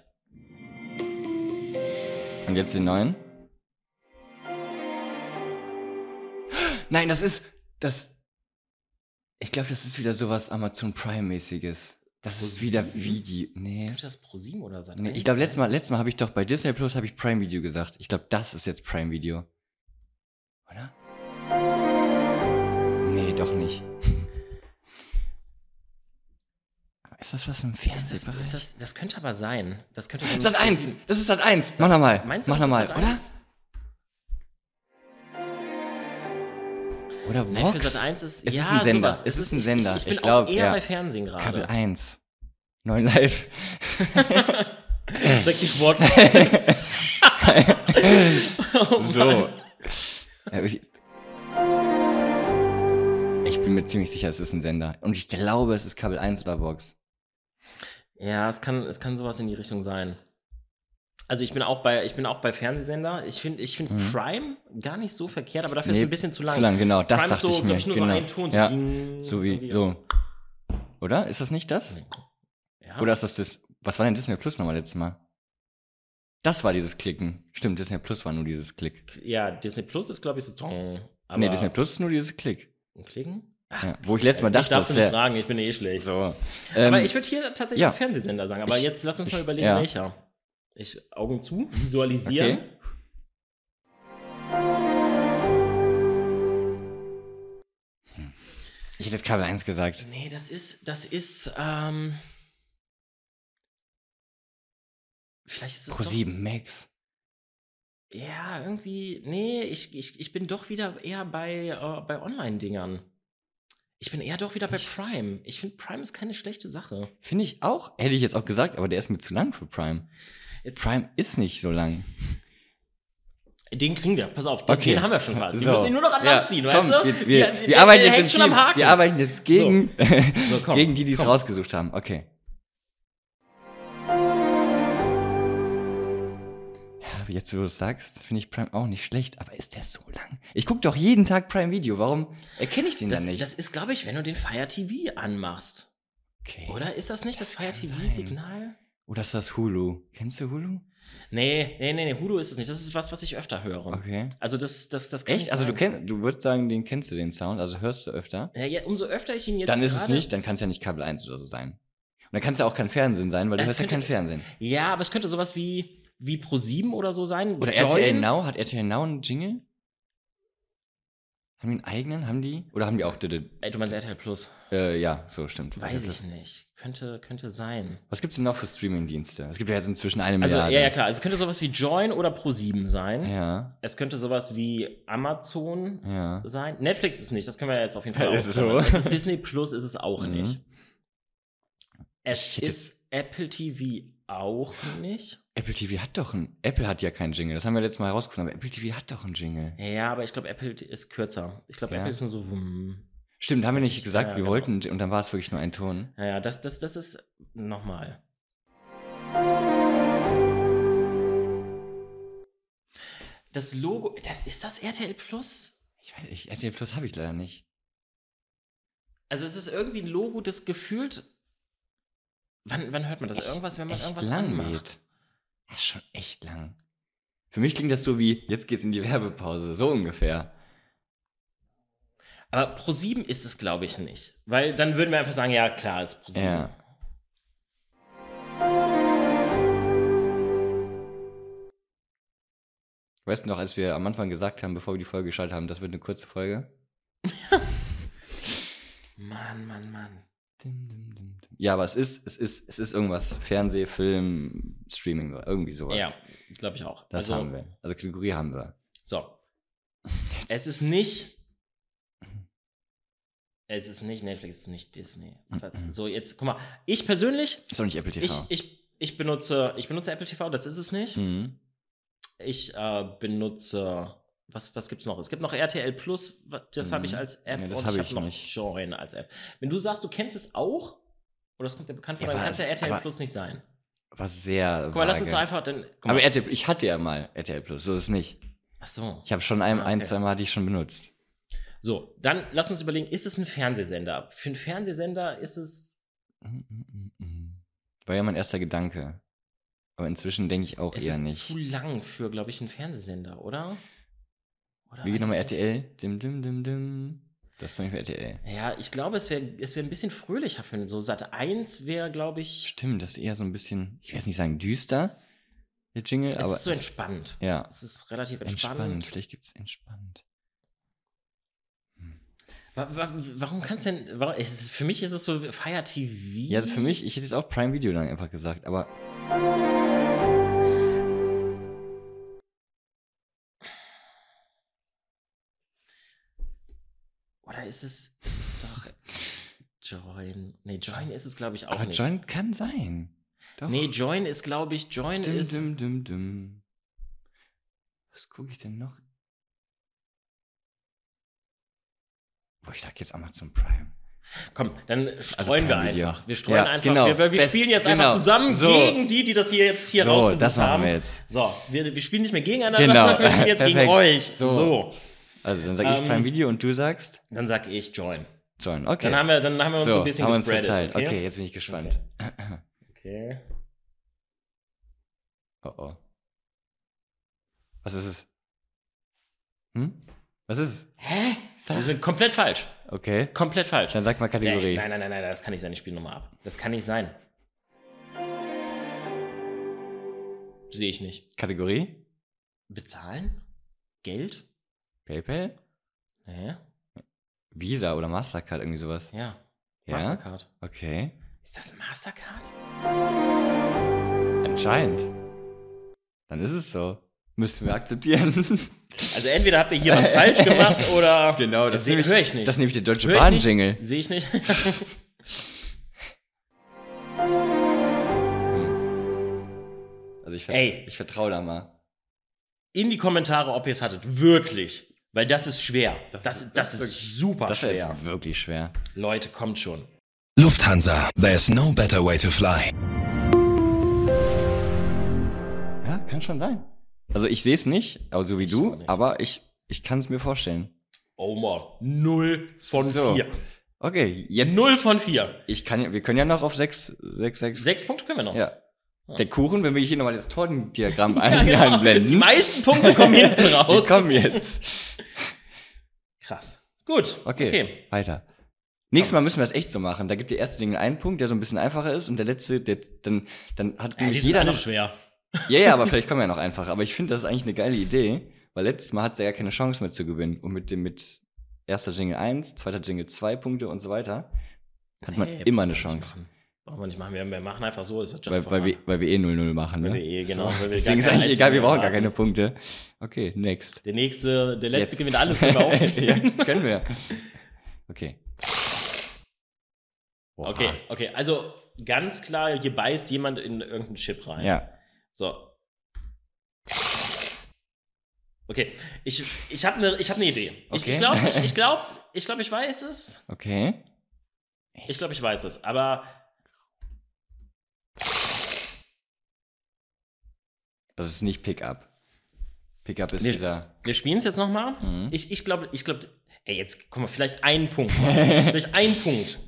Speaker 1: Und jetzt den neuen. Nein, das ist. Das. Ich glaube, das ist wieder sowas Amazon Prime-mäßiges. Das ist
Speaker 2: Pro
Speaker 1: wieder
Speaker 2: Sieben?
Speaker 1: wie die. Nee.
Speaker 2: Gibt das ProSieben oder Sat.1?
Speaker 1: nee ich glaube, letztes Mal, letztes Mal habe ich doch bei Disney Plus habe ich Prime Video gesagt. Ich glaube, das ist jetzt Prime Video. Oder? Nee, doch nicht. [laughs] ist das was im
Speaker 2: Ist
Speaker 1: Fernsehen?
Speaker 2: das, ist das, das könnte aber sein. Das könnte so ein
Speaker 1: Sat 1!
Speaker 2: ProSieben-
Speaker 1: Das ist Sat 1! Mach nochmal!
Speaker 2: Meinst du,
Speaker 1: Mach
Speaker 2: das ist
Speaker 1: nochmal,
Speaker 2: Sat.
Speaker 1: oder?
Speaker 2: 1?
Speaker 1: Oder
Speaker 2: Nein, für
Speaker 1: Vox?
Speaker 2: Sat 1 ist
Speaker 1: Es ist
Speaker 2: ja,
Speaker 1: ein Sender.
Speaker 2: sowas.
Speaker 1: Es ist ein
Speaker 2: ich-
Speaker 1: Sender.
Speaker 2: Ich, ich
Speaker 1: Ich
Speaker 2: bin
Speaker 1: glaub,
Speaker 2: auch eher
Speaker 1: ja.
Speaker 2: bei Fernsehen
Speaker 1: Kabel
Speaker 2: gerade.
Speaker 1: 1. 9 Live.
Speaker 2: Sexy Wort. [laughs]
Speaker 1: [laughs]
Speaker 2: oh
Speaker 1: So. Ja, ich, ich bin mir ziemlich sicher, es ist ein Sender. Und ich glaube, es ist Kabel 1 oder Vox.
Speaker 2: Ja, es kann, es kann sowas in die Richtung sein. Also ich bin auch bei, ich bin auch bei Fernsehsender. Ich finde ich find
Speaker 1: Mhm.
Speaker 2: Prime gar nicht so verkehrt, aber dafür ist
Speaker 1: Nee,
Speaker 2: es ein bisschen zu lang.
Speaker 1: Zu lang, genau. Das
Speaker 2: Prime ist
Speaker 1: dachte
Speaker 2: so,
Speaker 1: ich
Speaker 2: glaub
Speaker 1: mir.
Speaker 2: ich, nur so
Speaker 1: genau.
Speaker 2: ein Ton. So
Speaker 1: ja,
Speaker 2: ding,
Speaker 1: so wie,
Speaker 2: irgendwie.
Speaker 1: so. Oder? Ist das nicht das?
Speaker 2: Ja.
Speaker 1: Oder ist das das, was war denn Disney Plus nochmal letztes Mal? Das war dieses Klicken. Stimmt, Disney Plus war nur dieses Klick.
Speaker 2: ja, Disney Plus ist, glaube ich, so tong. Aber
Speaker 1: nee, Disney Plus ist nur dieses Klick.
Speaker 2: Klicken? Ach,
Speaker 1: Ja, wo ich letztes Mal
Speaker 2: ich
Speaker 1: dachte,
Speaker 2: darf
Speaker 1: das
Speaker 2: nicht
Speaker 1: wäre.
Speaker 2: fragen, ich bin eh schlecht.
Speaker 1: So.
Speaker 2: aber
Speaker 1: Ähm,
Speaker 2: ich würde hier tatsächlich
Speaker 1: ja.
Speaker 2: auch Fernsehsender sagen. Aber
Speaker 1: Ich-
Speaker 2: jetzt lass uns mal
Speaker 1: ich-
Speaker 2: überlegen,
Speaker 1: ja.
Speaker 2: welcher. Ich Augen zu, visualisieren.
Speaker 1: Okay. ich hätte jetzt Kabel 1 gesagt.
Speaker 2: Nee, das ist, das ist, ähm, vielleicht ist es doch,
Speaker 1: Pro7 Max.
Speaker 2: ja, irgendwie, nee, ich, ich, ich bin doch wieder eher bei, äh, bei Online-Dingern. Ich bin eher doch wieder bei
Speaker 1: Echt?
Speaker 2: Prime. Ich finde, Prime ist keine schlechte Sache.
Speaker 1: Finde ich auch. Hätte ich jetzt auch gesagt, aber der ist mir zu lang für Prime.
Speaker 2: Jetzt-
Speaker 1: Prime ist nicht so lang.
Speaker 2: Den kriegen wir, pass auf, den,
Speaker 1: Okay.
Speaker 2: den haben Also, wir schon fast. Die
Speaker 1: So.
Speaker 2: müssen ihn nur noch an
Speaker 1: Ja,
Speaker 2: Land ziehen,
Speaker 1: komm,
Speaker 2: weißt du?
Speaker 1: Jetzt, wir,
Speaker 2: Die- die-
Speaker 1: wir, arbeiten
Speaker 2: der
Speaker 1: jetzt im
Speaker 2: hängt schon am
Speaker 1: Team.
Speaker 2: Haken.
Speaker 1: wir arbeiten jetzt gegen,
Speaker 2: So,
Speaker 1: [laughs]
Speaker 2: komm,
Speaker 1: gegen die, die es
Speaker 2: komm.
Speaker 1: rausgesucht haben. Okay. Ja, aber jetzt, wo du es sagst, finde ich Prime auch nicht schlecht, aber ist der so lang? Ich gucke doch jeden Tag Prime Video. Warum erkenne ich den
Speaker 2: Das,
Speaker 1: dann nicht?
Speaker 2: das ist, glaube ich, wenn du den Fire TV anmachst.
Speaker 1: okay. Oder?
Speaker 2: Oder ist das nicht das, Fire
Speaker 1: kann
Speaker 2: TV-Signal?
Speaker 1: Oder ist das Hulu? Kennst du Hulu?
Speaker 2: Nee, nee, nee, nee, Hulu ist es nicht. Das ist was, was ich öfter höre.
Speaker 1: Okay.
Speaker 2: Also das, das, das kann
Speaker 1: Echt?
Speaker 2: nicht
Speaker 1: Also du
Speaker 2: sein.
Speaker 1: kennst, du würdest sagen, den kennst du den Sound, also hörst du öfter.
Speaker 2: Ja, ja, umso öfter ich ihn jetzt
Speaker 1: dann ist es
Speaker 2: gerade-
Speaker 1: nicht, dann kann es ja nicht Kabel 1 oder so sein. Und dann kann es ja auch kein Fernsehen sein, weil du
Speaker 2: Es
Speaker 1: hörst ja
Speaker 2: könnte-
Speaker 1: kein Fernsehen.
Speaker 2: Ja, aber es könnte sowas wie, wie Pro7 oder so sein.
Speaker 1: Oder
Speaker 2: Join.
Speaker 1: RTL Now, hat RTL Now einen Jingle? Haben die einen eigenen? Haben die? Oder haben die auch. dü- dü-
Speaker 2: Ey, du meinst RTL Plus?
Speaker 1: Äh, ja, so stimmt.
Speaker 2: Weiß
Speaker 1: Das-
Speaker 2: ich nicht. Könnte, könnte sein.
Speaker 1: Was gibt's denn noch für Streamingdienste? Es gibt ja jetzt inzwischen eine
Speaker 2: Also, ja,
Speaker 1: Milliarde.
Speaker 2: ja, klar. Also, es könnte sowas wie Join oder Pro7 sein.
Speaker 1: Ja,
Speaker 2: Es könnte sowas wie Amazon
Speaker 1: ja.
Speaker 2: sein. Netflix ist nicht, das können wir jetzt auf jeden Fall
Speaker 1: [laughs] Ja,
Speaker 2: auch
Speaker 1: ist so.
Speaker 2: Es ist Disney Plus ist es auch
Speaker 1: Mhm.
Speaker 2: nicht. Es
Speaker 1: Ich hätte-
Speaker 2: ist Apple TV auch nicht.
Speaker 1: Apple TV hat doch einen. Apple hat ja keinen Jingle. Das haben wir letztes Mal herausgefunden. Aber Apple TV hat doch einen Jingle.
Speaker 2: Ja, aber ich glaube, Apple ist kürzer. Ich glaube,
Speaker 1: Ja.
Speaker 2: Apple ist nur so. Hm.
Speaker 1: Stimmt, haben wir nicht gesagt,
Speaker 2: Ja, ja,
Speaker 1: wir
Speaker 2: genau.
Speaker 1: wollten. Und dann war es wirklich nur ein Ton.
Speaker 2: Naja, das, das, das ist nochmal. Das Logo, das ist das RTL Plus?
Speaker 1: Ich weiß, ich, RTL Plus habe ich leider nicht.
Speaker 2: Also es ist irgendwie ein Logo, das gefühlt. Wann, wann hört man das? Also Irgendwas, wenn man
Speaker 1: echt
Speaker 2: irgendwas
Speaker 1: lang
Speaker 2: anmacht.
Speaker 1: geht. Das ist schon echt lang. Für mich klingt das so wie, jetzt geht's in die Werbepause, so ungefähr.
Speaker 2: Aber Pro7 ist es, glaube ich, nicht. Weil dann würden wir einfach sagen, ja, klar, ist Pro7.
Speaker 1: Ja. Weißt du noch, als wir am Anfang gesagt haben, bevor wir die Folge geschaltet haben, das wird eine kurze Folge?
Speaker 2: Mann, Mann, Mann.
Speaker 1: Dim, dim, dim, dim. Ja, aber es ist, es ist, es ist irgendwas. Fernseh, Film, Streaming, irgendwie sowas.
Speaker 2: Ja, glaube ich auch.
Speaker 1: Das
Speaker 2: also,
Speaker 1: haben wir. Also Kategorie haben wir.
Speaker 2: So. Es ist nicht. Es ist nicht Netflix, es ist nicht Disney. Was-
Speaker 1: Mhm.
Speaker 2: So, jetzt, guck mal, ich persönlich,
Speaker 1: Ist doch nicht Apple TV.
Speaker 2: ich, ich, ich, benutze, ich benutze Apple TV, das ist es nicht.
Speaker 1: mhm.
Speaker 2: Ich äh, benutze. Was, was gibt's noch? Es gibt noch RTL Plus, wa- das habe ich
Speaker 1: Mhm.
Speaker 2: als App
Speaker 1: Ja, das
Speaker 2: und
Speaker 1: habe
Speaker 2: ich habe
Speaker 1: ich
Speaker 2: noch
Speaker 1: nicht.
Speaker 2: Join als App. Wenn du sagst, du kennst es auch, oder es kommt dir bekannt vor,
Speaker 1: Ja,
Speaker 2: dann
Speaker 1: aber
Speaker 2: kann es ja
Speaker 1: es-
Speaker 2: RTL
Speaker 1: aber-
Speaker 2: Plus nicht sein.
Speaker 1: War sehr.
Speaker 2: Guck mal, lass
Speaker 1: vage.
Speaker 2: uns doch einfach dann. guck
Speaker 1: Aber
Speaker 2: mal.
Speaker 1: RTL, ich hatte ja mal RTL Plus, so ist es nicht.
Speaker 2: Ach so.
Speaker 1: Ich habe schon ein,
Speaker 2: Ah,
Speaker 1: ein,
Speaker 2: okay.
Speaker 1: zwei Mal hatte ich schon benutzt.
Speaker 2: So, dann lass uns überlegen, ist es ein Fernsehsender? Für einen Fernsehsender ist es.
Speaker 1: Mm, War ja mein erster Gedanke. Aber inzwischen denke ich auch
Speaker 2: es
Speaker 1: eher
Speaker 2: ist
Speaker 1: nicht.
Speaker 2: zu lang für, glaube ich, einen Fernsehsender, oder? oder
Speaker 1: Wie genau, geht
Speaker 2: weiß
Speaker 1: nochmal
Speaker 2: ich nicht.
Speaker 1: RTL? Dim, dim, dim, dim. Das ist nämlich RTL.
Speaker 2: Ja, ich glaube, es wäre es wär ein bisschen fröhlicher für den. So Sat 1 wäre, glaube ich,
Speaker 1: Stimmt, das ist eher so ein bisschen, ich will jetzt nicht sagen düster, der Jingle,
Speaker 2: es
Speaker 1: aber.
Speaker 2: ist so entspannt.
Speaker 1: ja,
Speaker 2: Es ist relativ
Speaker 1: entspannt.
Speaker 2: entspannt.
Speaker 1: Vielleicht gibt es entspannt.
Speaker 2: Wa wa warum kannst du denn, warum, es ist, für mich ist es so Fire TV.
Speaker 1: Ja, also für mich, ich hätte jetzt auch Prime Video dann einfach gesagt, aber
Speaker 2: Oder ist es, ist es doch Join? Nee, Join ist es, glaube ich, auch
Speaker 1: aber
Speaker 2: nicht.
Speaker 1: Join kann sein. Doch.
Speaker 2: Nee, Join ist, glaube ich, Join
Speaker 1: Dim,
Speaker 2: ist.
Speaker 1: dim, dim, dim. Was gucke ich denn noch? Boah, ich sag jetzt Amazon Prime.
Speaker 2: Komm, dann streuen wir
Speaker 1: Prime Video.
Speaker 2: einfach. Wir streuen
Speaker 1: Also Ja,
Speaker 2: einfach.
Speaker 1: genau.
Speaker 2: Wir, wir, wir
Speaker 1: Best-
Speaker 2: spielen jetzt einfach
Speaker 1: genau.
Speaker 2: zusammen
Speaker 1: So.
Speaker 2: gegen die, die das hier jetzt hier
Speaker 1: so,
Speaker 2: rausgesucht
Speaker 1: das machen
Speaker 2: haben.
Speaker 1: wir jetzt.
Speaker 2: So, wir, wir spielen nicht mehr gegeneinander,
Speaker 1: Genau.
Speaker 2: sondern wir spielen jetzt gegen
Speaker 1: Perfekt.
Speaker 2: euch. So.
Speaker 1: So. Also, dann sag ich
Speaker 2: Ähm,
Speaker 1: Prime Video und du sagst
Speaker 2: Dann sag ich Join.
Speaker 1: Join. Okay.
Speaker 2: Dann haben wir, dann haben wir uns so, ein bisschen
Speaker 1: haben wir uns
Speaker 2: gespreadet.
Speaker 1: verteilt. Okay?
Speaker 2: Okay.
Speaker 1: jetzt bin ich gespannt.
Speaker 2: okay.
Speaker 1: Oh oh. Was ist es? Hm? Was ist es?
Speaker 2: Hä?
Speaker 1: Sag.
Speaker 2: Wir sind komplett falsch.
Speaker 1: Okay.
Speaker 2: Komplett falsch.
Speaker 1: Dann sag mal Kategorie.
Speaker 2: Nee, nein, nein, nein, nein, das kann nicht sein. Ich spiele nochmal ab. Das kann nicht sein. Sehe ich nicht.
Speaker 1: Kategorie?
Speaker 2: Bezahlen? Geld?
Speaker 1: PayPal?
Speaker 2: Hä?
Speaker 1: Visa oder Mastercard, irgendwie sowas.
Speaker 2: Ja.
Speaker 1: Ja?
Speaker 2: Mastercard.
Speaker 1: Okay.
Speaker 2: Ist das Mastercard?
Speaker 1: Anscheinend. Dann ist es so. Müssen wir akzeptieren.
Speaker 2: Also entweder habt ihr hier was falsch gemacht
Speaker 1: [laughs]
Speaker 2: oder.
Speaker 1: Genau, das nehme ich-
Speaker 2: höre ich nicht.
Speaker 1: Das nehme ich der Deutsche
Speaker 2: Hör ich
Speaker 1: Bahn
Speaker 2: nicht?
Speaker 1: Jingle.
Speaker 2: Sehe ich nicht.
Speaker 1: Also ich,
Speaker 2: Ey.
Speaker 1: vert ich vertraue da mal.
Speaker 2: [laughs] In die Kommentare, ob ihr es hattet. Wirklich. Weil das ist schwer. Das, das, ist, super
Speaker 1: Das wäre
Speaker 2: schwer.
Speaker 1: jetzt wirklich schwer.
Speaker 2: Leute, kommt schon.
Speaker 3: Lufthansa, there's no better way to fly.
Speaker 1: Ja, kann schon sein. Also ich sehe es nicht, aber so wie
Speaker 2: auch
Speaker 1: du,
Speaker 2: nicht.
Speaker 1: aber ich, ich kann es mir vorstellen.
Speaker 2: Oh man. Null von
Speaker 1: So.
Speaker 2: vier.
Speaker 1: Okay, jetzt.
Speaker 2: Null von vier.
Speaker 1: Ich kann, ja- wir können ja noch auf 6, 6, 6.
Speaker 2: Sechs Punkte können wir noch.
Speaker 1: Ja. Der Kuchen, wenn wir hier nochmal das Tortendiagramm ein,
Speaker 2: [laughs] Ja, genau. Die
Speaker 1: einblenden.
Speaker 2: meisten
Speaker 1: [laughs]
Speaker 2: Punkte kommen hinten
Speaker 1: Die
Speaker 2: raus.
Speaker 1: kommen jetzt.
Speaker 2: Krass. Gut.
Speaker 1: Okay, weiter. Nächstes Mal müssen wir das echt so machen. Da gibt der erste Ding einen Punkt, der so ein bisschen einfacher ist und der letzte, der, dann, dann hat
Speaker 2: Äh, die
Speaker 1: nämlich
Speaker 2: sind
Speaker 1: jeder
Speaker 2: alle
Speaker 1: noch.
Speaker 2: schwer.
Speaker 1: Ja, ja, aber vielleicht kommen wir ja noch einfacher. Aber ich finde, das ist eigentlich eine geile Idee, weil letztes Mal hat er ja keine Chance mehr zu gewinnen. Und mit dem mit erster Jingle 1, zweiter Jingle 2 Punkte und so weiter hat man
Speaker 2: Nee,
Speaker 1: immer eine
Speaker 2: brauchen wir nicht
Speaker 1: Chance.
Speaker 2: machen. Brauchen wir nicht machen. Wir, wir machen einfach so. Ist das just
Speaker 1: Weil,
Speaker 2: for
Speaker 1: weil,
Speaker 2: fun.
Speaker 1: wir, weil wir eh 0-0 machen, ne?
Speaker 2: Weil wir eh, genau, weil wir
Speaker 1: Deswegen
Speaker 2: gar
Speaker 1: ist
Speaker 2: keinen
Speaker 1: eigentlich egal, wir
Speaker 2: einzigen
Speaker 1: brauchen gar
Speaker 2: erraten.
Speaker 1: keine Punkte. Okay, next.
Speaker 2: Der nächste, der letzte
Speaker 1: Jetzt.
Speaker 2: gewinnt alles. Können
Speaker 1: [laughs]
Speaker 2: wir auch.
Speaker 1: ja, können wir. Okay. Boah.
Speaker 2: Okay, okay. Also ganz klar, hier beißt jemand in irgendeinen Chip rein.
Speaker 1: Ja.
Speaker 2: So. Okay, ich, ich habe eine hab ne Idee. Ich,
Speaker 1: Okay.
Speaker 2: ich glaube,
Speaker 1: [laughs]
Speaker 2: ich, ich, glaub, ich, glaub, ich weiß es.
Speaker 1: Okay.
Speaker 2: Ich glaube, ich weiß es, aber
Speaker 1: Das ist nicht Pickup. Pickup ist
Speaker 2: Nee.
Speaker 1: dieser.
Speaker 2: wir spielen es jetzt nochmal.
Speaker 1: Mhm.
Speaker 2: Ich, ich glaube, ich glaube, ey, jetzt, guck mal, vielleicht einen
Speaker 1: [laughs]
Speaker 2: Punkt. vielleicht einen Punkt.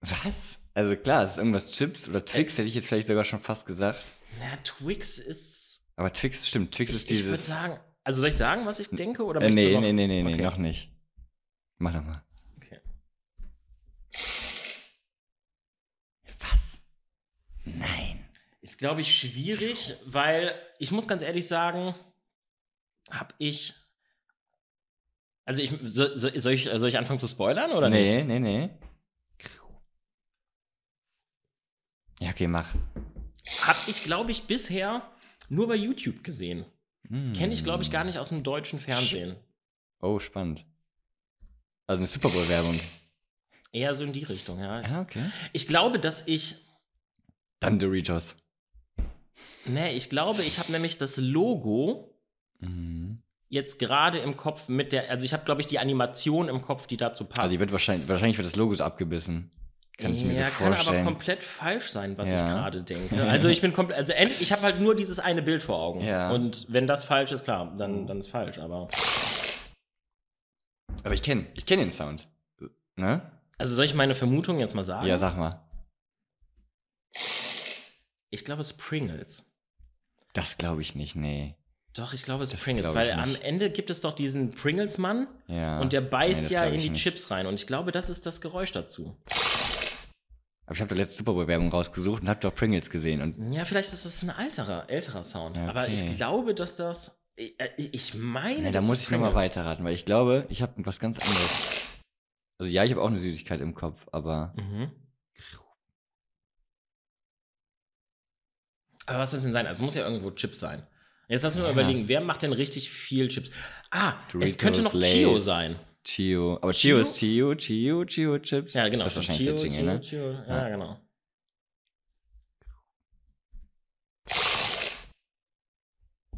Speaker 1: Was? Also klar, es ist irgendwas Chips oder
Speaker 2: Äh.
Speaker 1: Twix, hätte ich jetzt vielleicht sogar schon fast gesagt.
Speaker 2: Na, Twix ist.
Speaker 1: Aber Twix, stimmt, Twix ist
Speaker 2: Ich, ich würde
Speaker 1: dieses.
Speaker 2: sagen, also soll ich sagen, was ich denke? Oder
Speaker 1: äh,
Speaker 2: möchtest du
Speaker 1: nee,
Speaker 2: noch-
Speaker 1: nee, nee, nee, nee,
Speaker 2: Okay.
Speaker 1: noch nicht. Mach doch mal.
Speaker 2: Okay.
Speaker 1: Was? Nein.
Speaker 2: Ist, glaube ich, schwierig, weil ich muss ganz ehrlich sagen, habe ich. Also ich, so, so, soll ich soll ich anfangen zu spoilern oder
Speaker 1: nee,
Speaker 2: nicht?
Speaker 1: nee, nee. Ja, okay, mach.
Speaker 2: Habe ich, glaube ich, bisher nur bei YouTube gesehen. Kenne ich, glaube ich,
Speaker 1: Mm.
Speaker 2: gar nicht aus dem deutschen Fernsehen.
Speaker 1: Hm. Oh, spannend. Also eine Super Bowl-Werbung.
Speaker 2: Eher so in die Richtung, ja. Ich,
Speaker 1: Ja, okay.
Speaker 2: ich glaube, dass ich.
Speaker 1: Dann Doritos.
Speaker 2: Nee, ich glaube, ich habe nämlich das Logo
Speaker 1: Mhm.
Speaker 2: jetzt gerade im Kopf mit der. Also ich habe, glaube ich, die Animation im Kopf, die dazu passt.
Speaker 1: Also die wird wahrscheinlich, wahrscheinlich wird das Logo so abgebissen. Kann ich mir so
Speaker 2: ja, kann aber
Speaker 1: vorstellen.
Speaker 2: komplett falsch sein, was ich
Speaker 1: Ja.
Speaker 2: gerade
Speaker 1: [laughs]
Speaker 2: denke. Also ich bin komplett, also ent- ich habe halt nur dieses eine Bild vor Augen.
Speaker 1: Ja.
Speaker 2: Und wenn das falsch ist, klar, dann, dann ist falsch. Aber
Speaker 1: aber ich kenne, ich kenne den Sound. Ne?
Speaker 2: also soll ich meine Vermutung jetzt mal sagen?
Speaker 1: Ja, sag mal.
Speaker 2: Ich glaube, es ist Pringles.
Speaker 1: Das glaube ich nicht, nee.
Speaker 2: Doch, ich glaube, es ist
Speaker 1: Das
Speaker 2: Pringles,
Speaker 1: glaub
Speaker 2: weil
Speaker 1: ich
Speaker 2: am
Speaker 1: nicht.
Speaker 2: Ende gibt es doch diesen Pringles-Mann
Speaker 1: Ja.
Speaker 2: und der beißt
Speaker 1: Nee, das
Speaker 2: ja
Speaker 1: glaub
Speaker 2: in
Speaker 1: ich
Speaker 2: die
Speaker 1: nicht.
Speaker 2: Chips rein. Und ich glaube, das ist das Geräusch dazu.
Speaker 1: Aber ich habe da letzte Superbewerbung rausgesucht und habe doch Pringles gesehen. Und
Speaker 2: Ja, vielleicht ist das ein alterer, älterer Sound.
Speaker 1: Ja,
Speaker 2: Aber ich
Speaker 1: okay.
Speaker 2: glaube, dass das. Ich, ich meine.
Speaker 1: nee, da
Speaker 2: das
Speaker 1: muss
Speaker 2: ist
Speaker 1: ich nochmal
Speaker 2: Pringles.
Speaker 1: weiterraten, weil ich glaube, ich habe was ganz anderes. Also ja, ich habe auch eine Süßigkeit im Kopf, aber
Speaker 2: Mhm. Aber was soll es denn sein? Also es muss ja irgendwo Chips sein. Jetzt lass uns mal
Speaker 1: Ja.
Speaker 2: überlegen, wer macht denn richtig viel Chips? Ah, es
Speaker 1: Doritos,
Speaker 2: könnte noch
Speaker 1: Lay's.
Speaker 2: Chio sein.
Speaker 1: Chio. Aber
Speaker 2: Chio?
Speaker 1: Chio ist Chio, Chio, Chio Chips.
Speaker 2: Ja, genau.
Speaker 1: Das ist
Speaker 2: stimmt.
Speaker 1: wahrscheinlich der Jingle, ne?
Speaker 2: Chio, Chio. Ja,
Speaker 1: Ja.
Speaker 2: genau.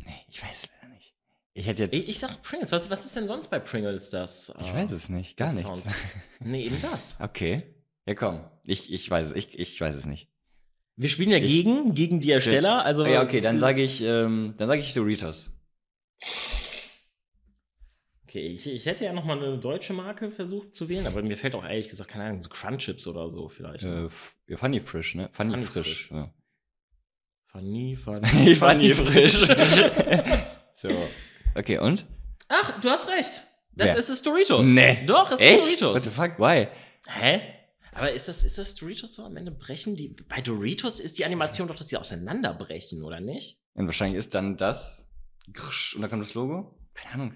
Speaker 1: Nee, ich weiß es leider nicht. Ich hätte jetzt.
Speaker 2: Ich, ich sag Pringles. Was, was ist denn sonst bei Pringles das?
Speaker 1: ich weiß es nicht, gar
Speaker 2: das
Speaker 1: nichts.
Speaker 2: Sound. Nee, eben das.
Speaker 1: Okay. Ja, komm. Ich, ich weiß es, ich, ich weiß es nicht.
Speaker 2: Wir spielen ja
Speaker 1: Ich-
Speaker 2: gegen, gegen die Ersteller. Also,
Speaker 1: ja, okay, dann sage ich, ähm, dann sage ich Doritos.
Speaker 2: Okay, ich, ich hätte ja nochmal eine deutsche Marke versucht zu wählen, aber mir fällt auch ehrlich gesagt, keine Ahnung, so Crunchips oder so vielleicht.
Speaker 1: Äh, f- ja, Funny Frisch, ne? Funny,
Speaker 2: Funny
Speaker 1: Frisch.
Speaker 2: Frisch.
Speaker 1: Ja. [laughs]
Speaker 2: Fanny, Fanny,
Speaker 1: Funny, Frisch. [laughs] so. Okay, und?
Speaker 2: Ach, du hast recht. Das
Speaker 1: Wer?
Speaker 2: ist es Doritos.
Speaker 1: Nee.
Speaker 2: Doch, es
Speaker 1: Echt?
Speaker 2: ist
Speaker 1: What the
Speaker 2: Doritos.
Speaker 1: fuck? Why?
Speaker 2: Hä? Aber ist das, ist das Doritos so? Am Ende brechen die. Bei Doritos ist die Animation doch, dass sie auseinanderbrechen, oder nicht?
Speaker 1: Und wahrscheinlich ist dann das. Grrsch, Und dann kommt das Logo? Keine Ahnung.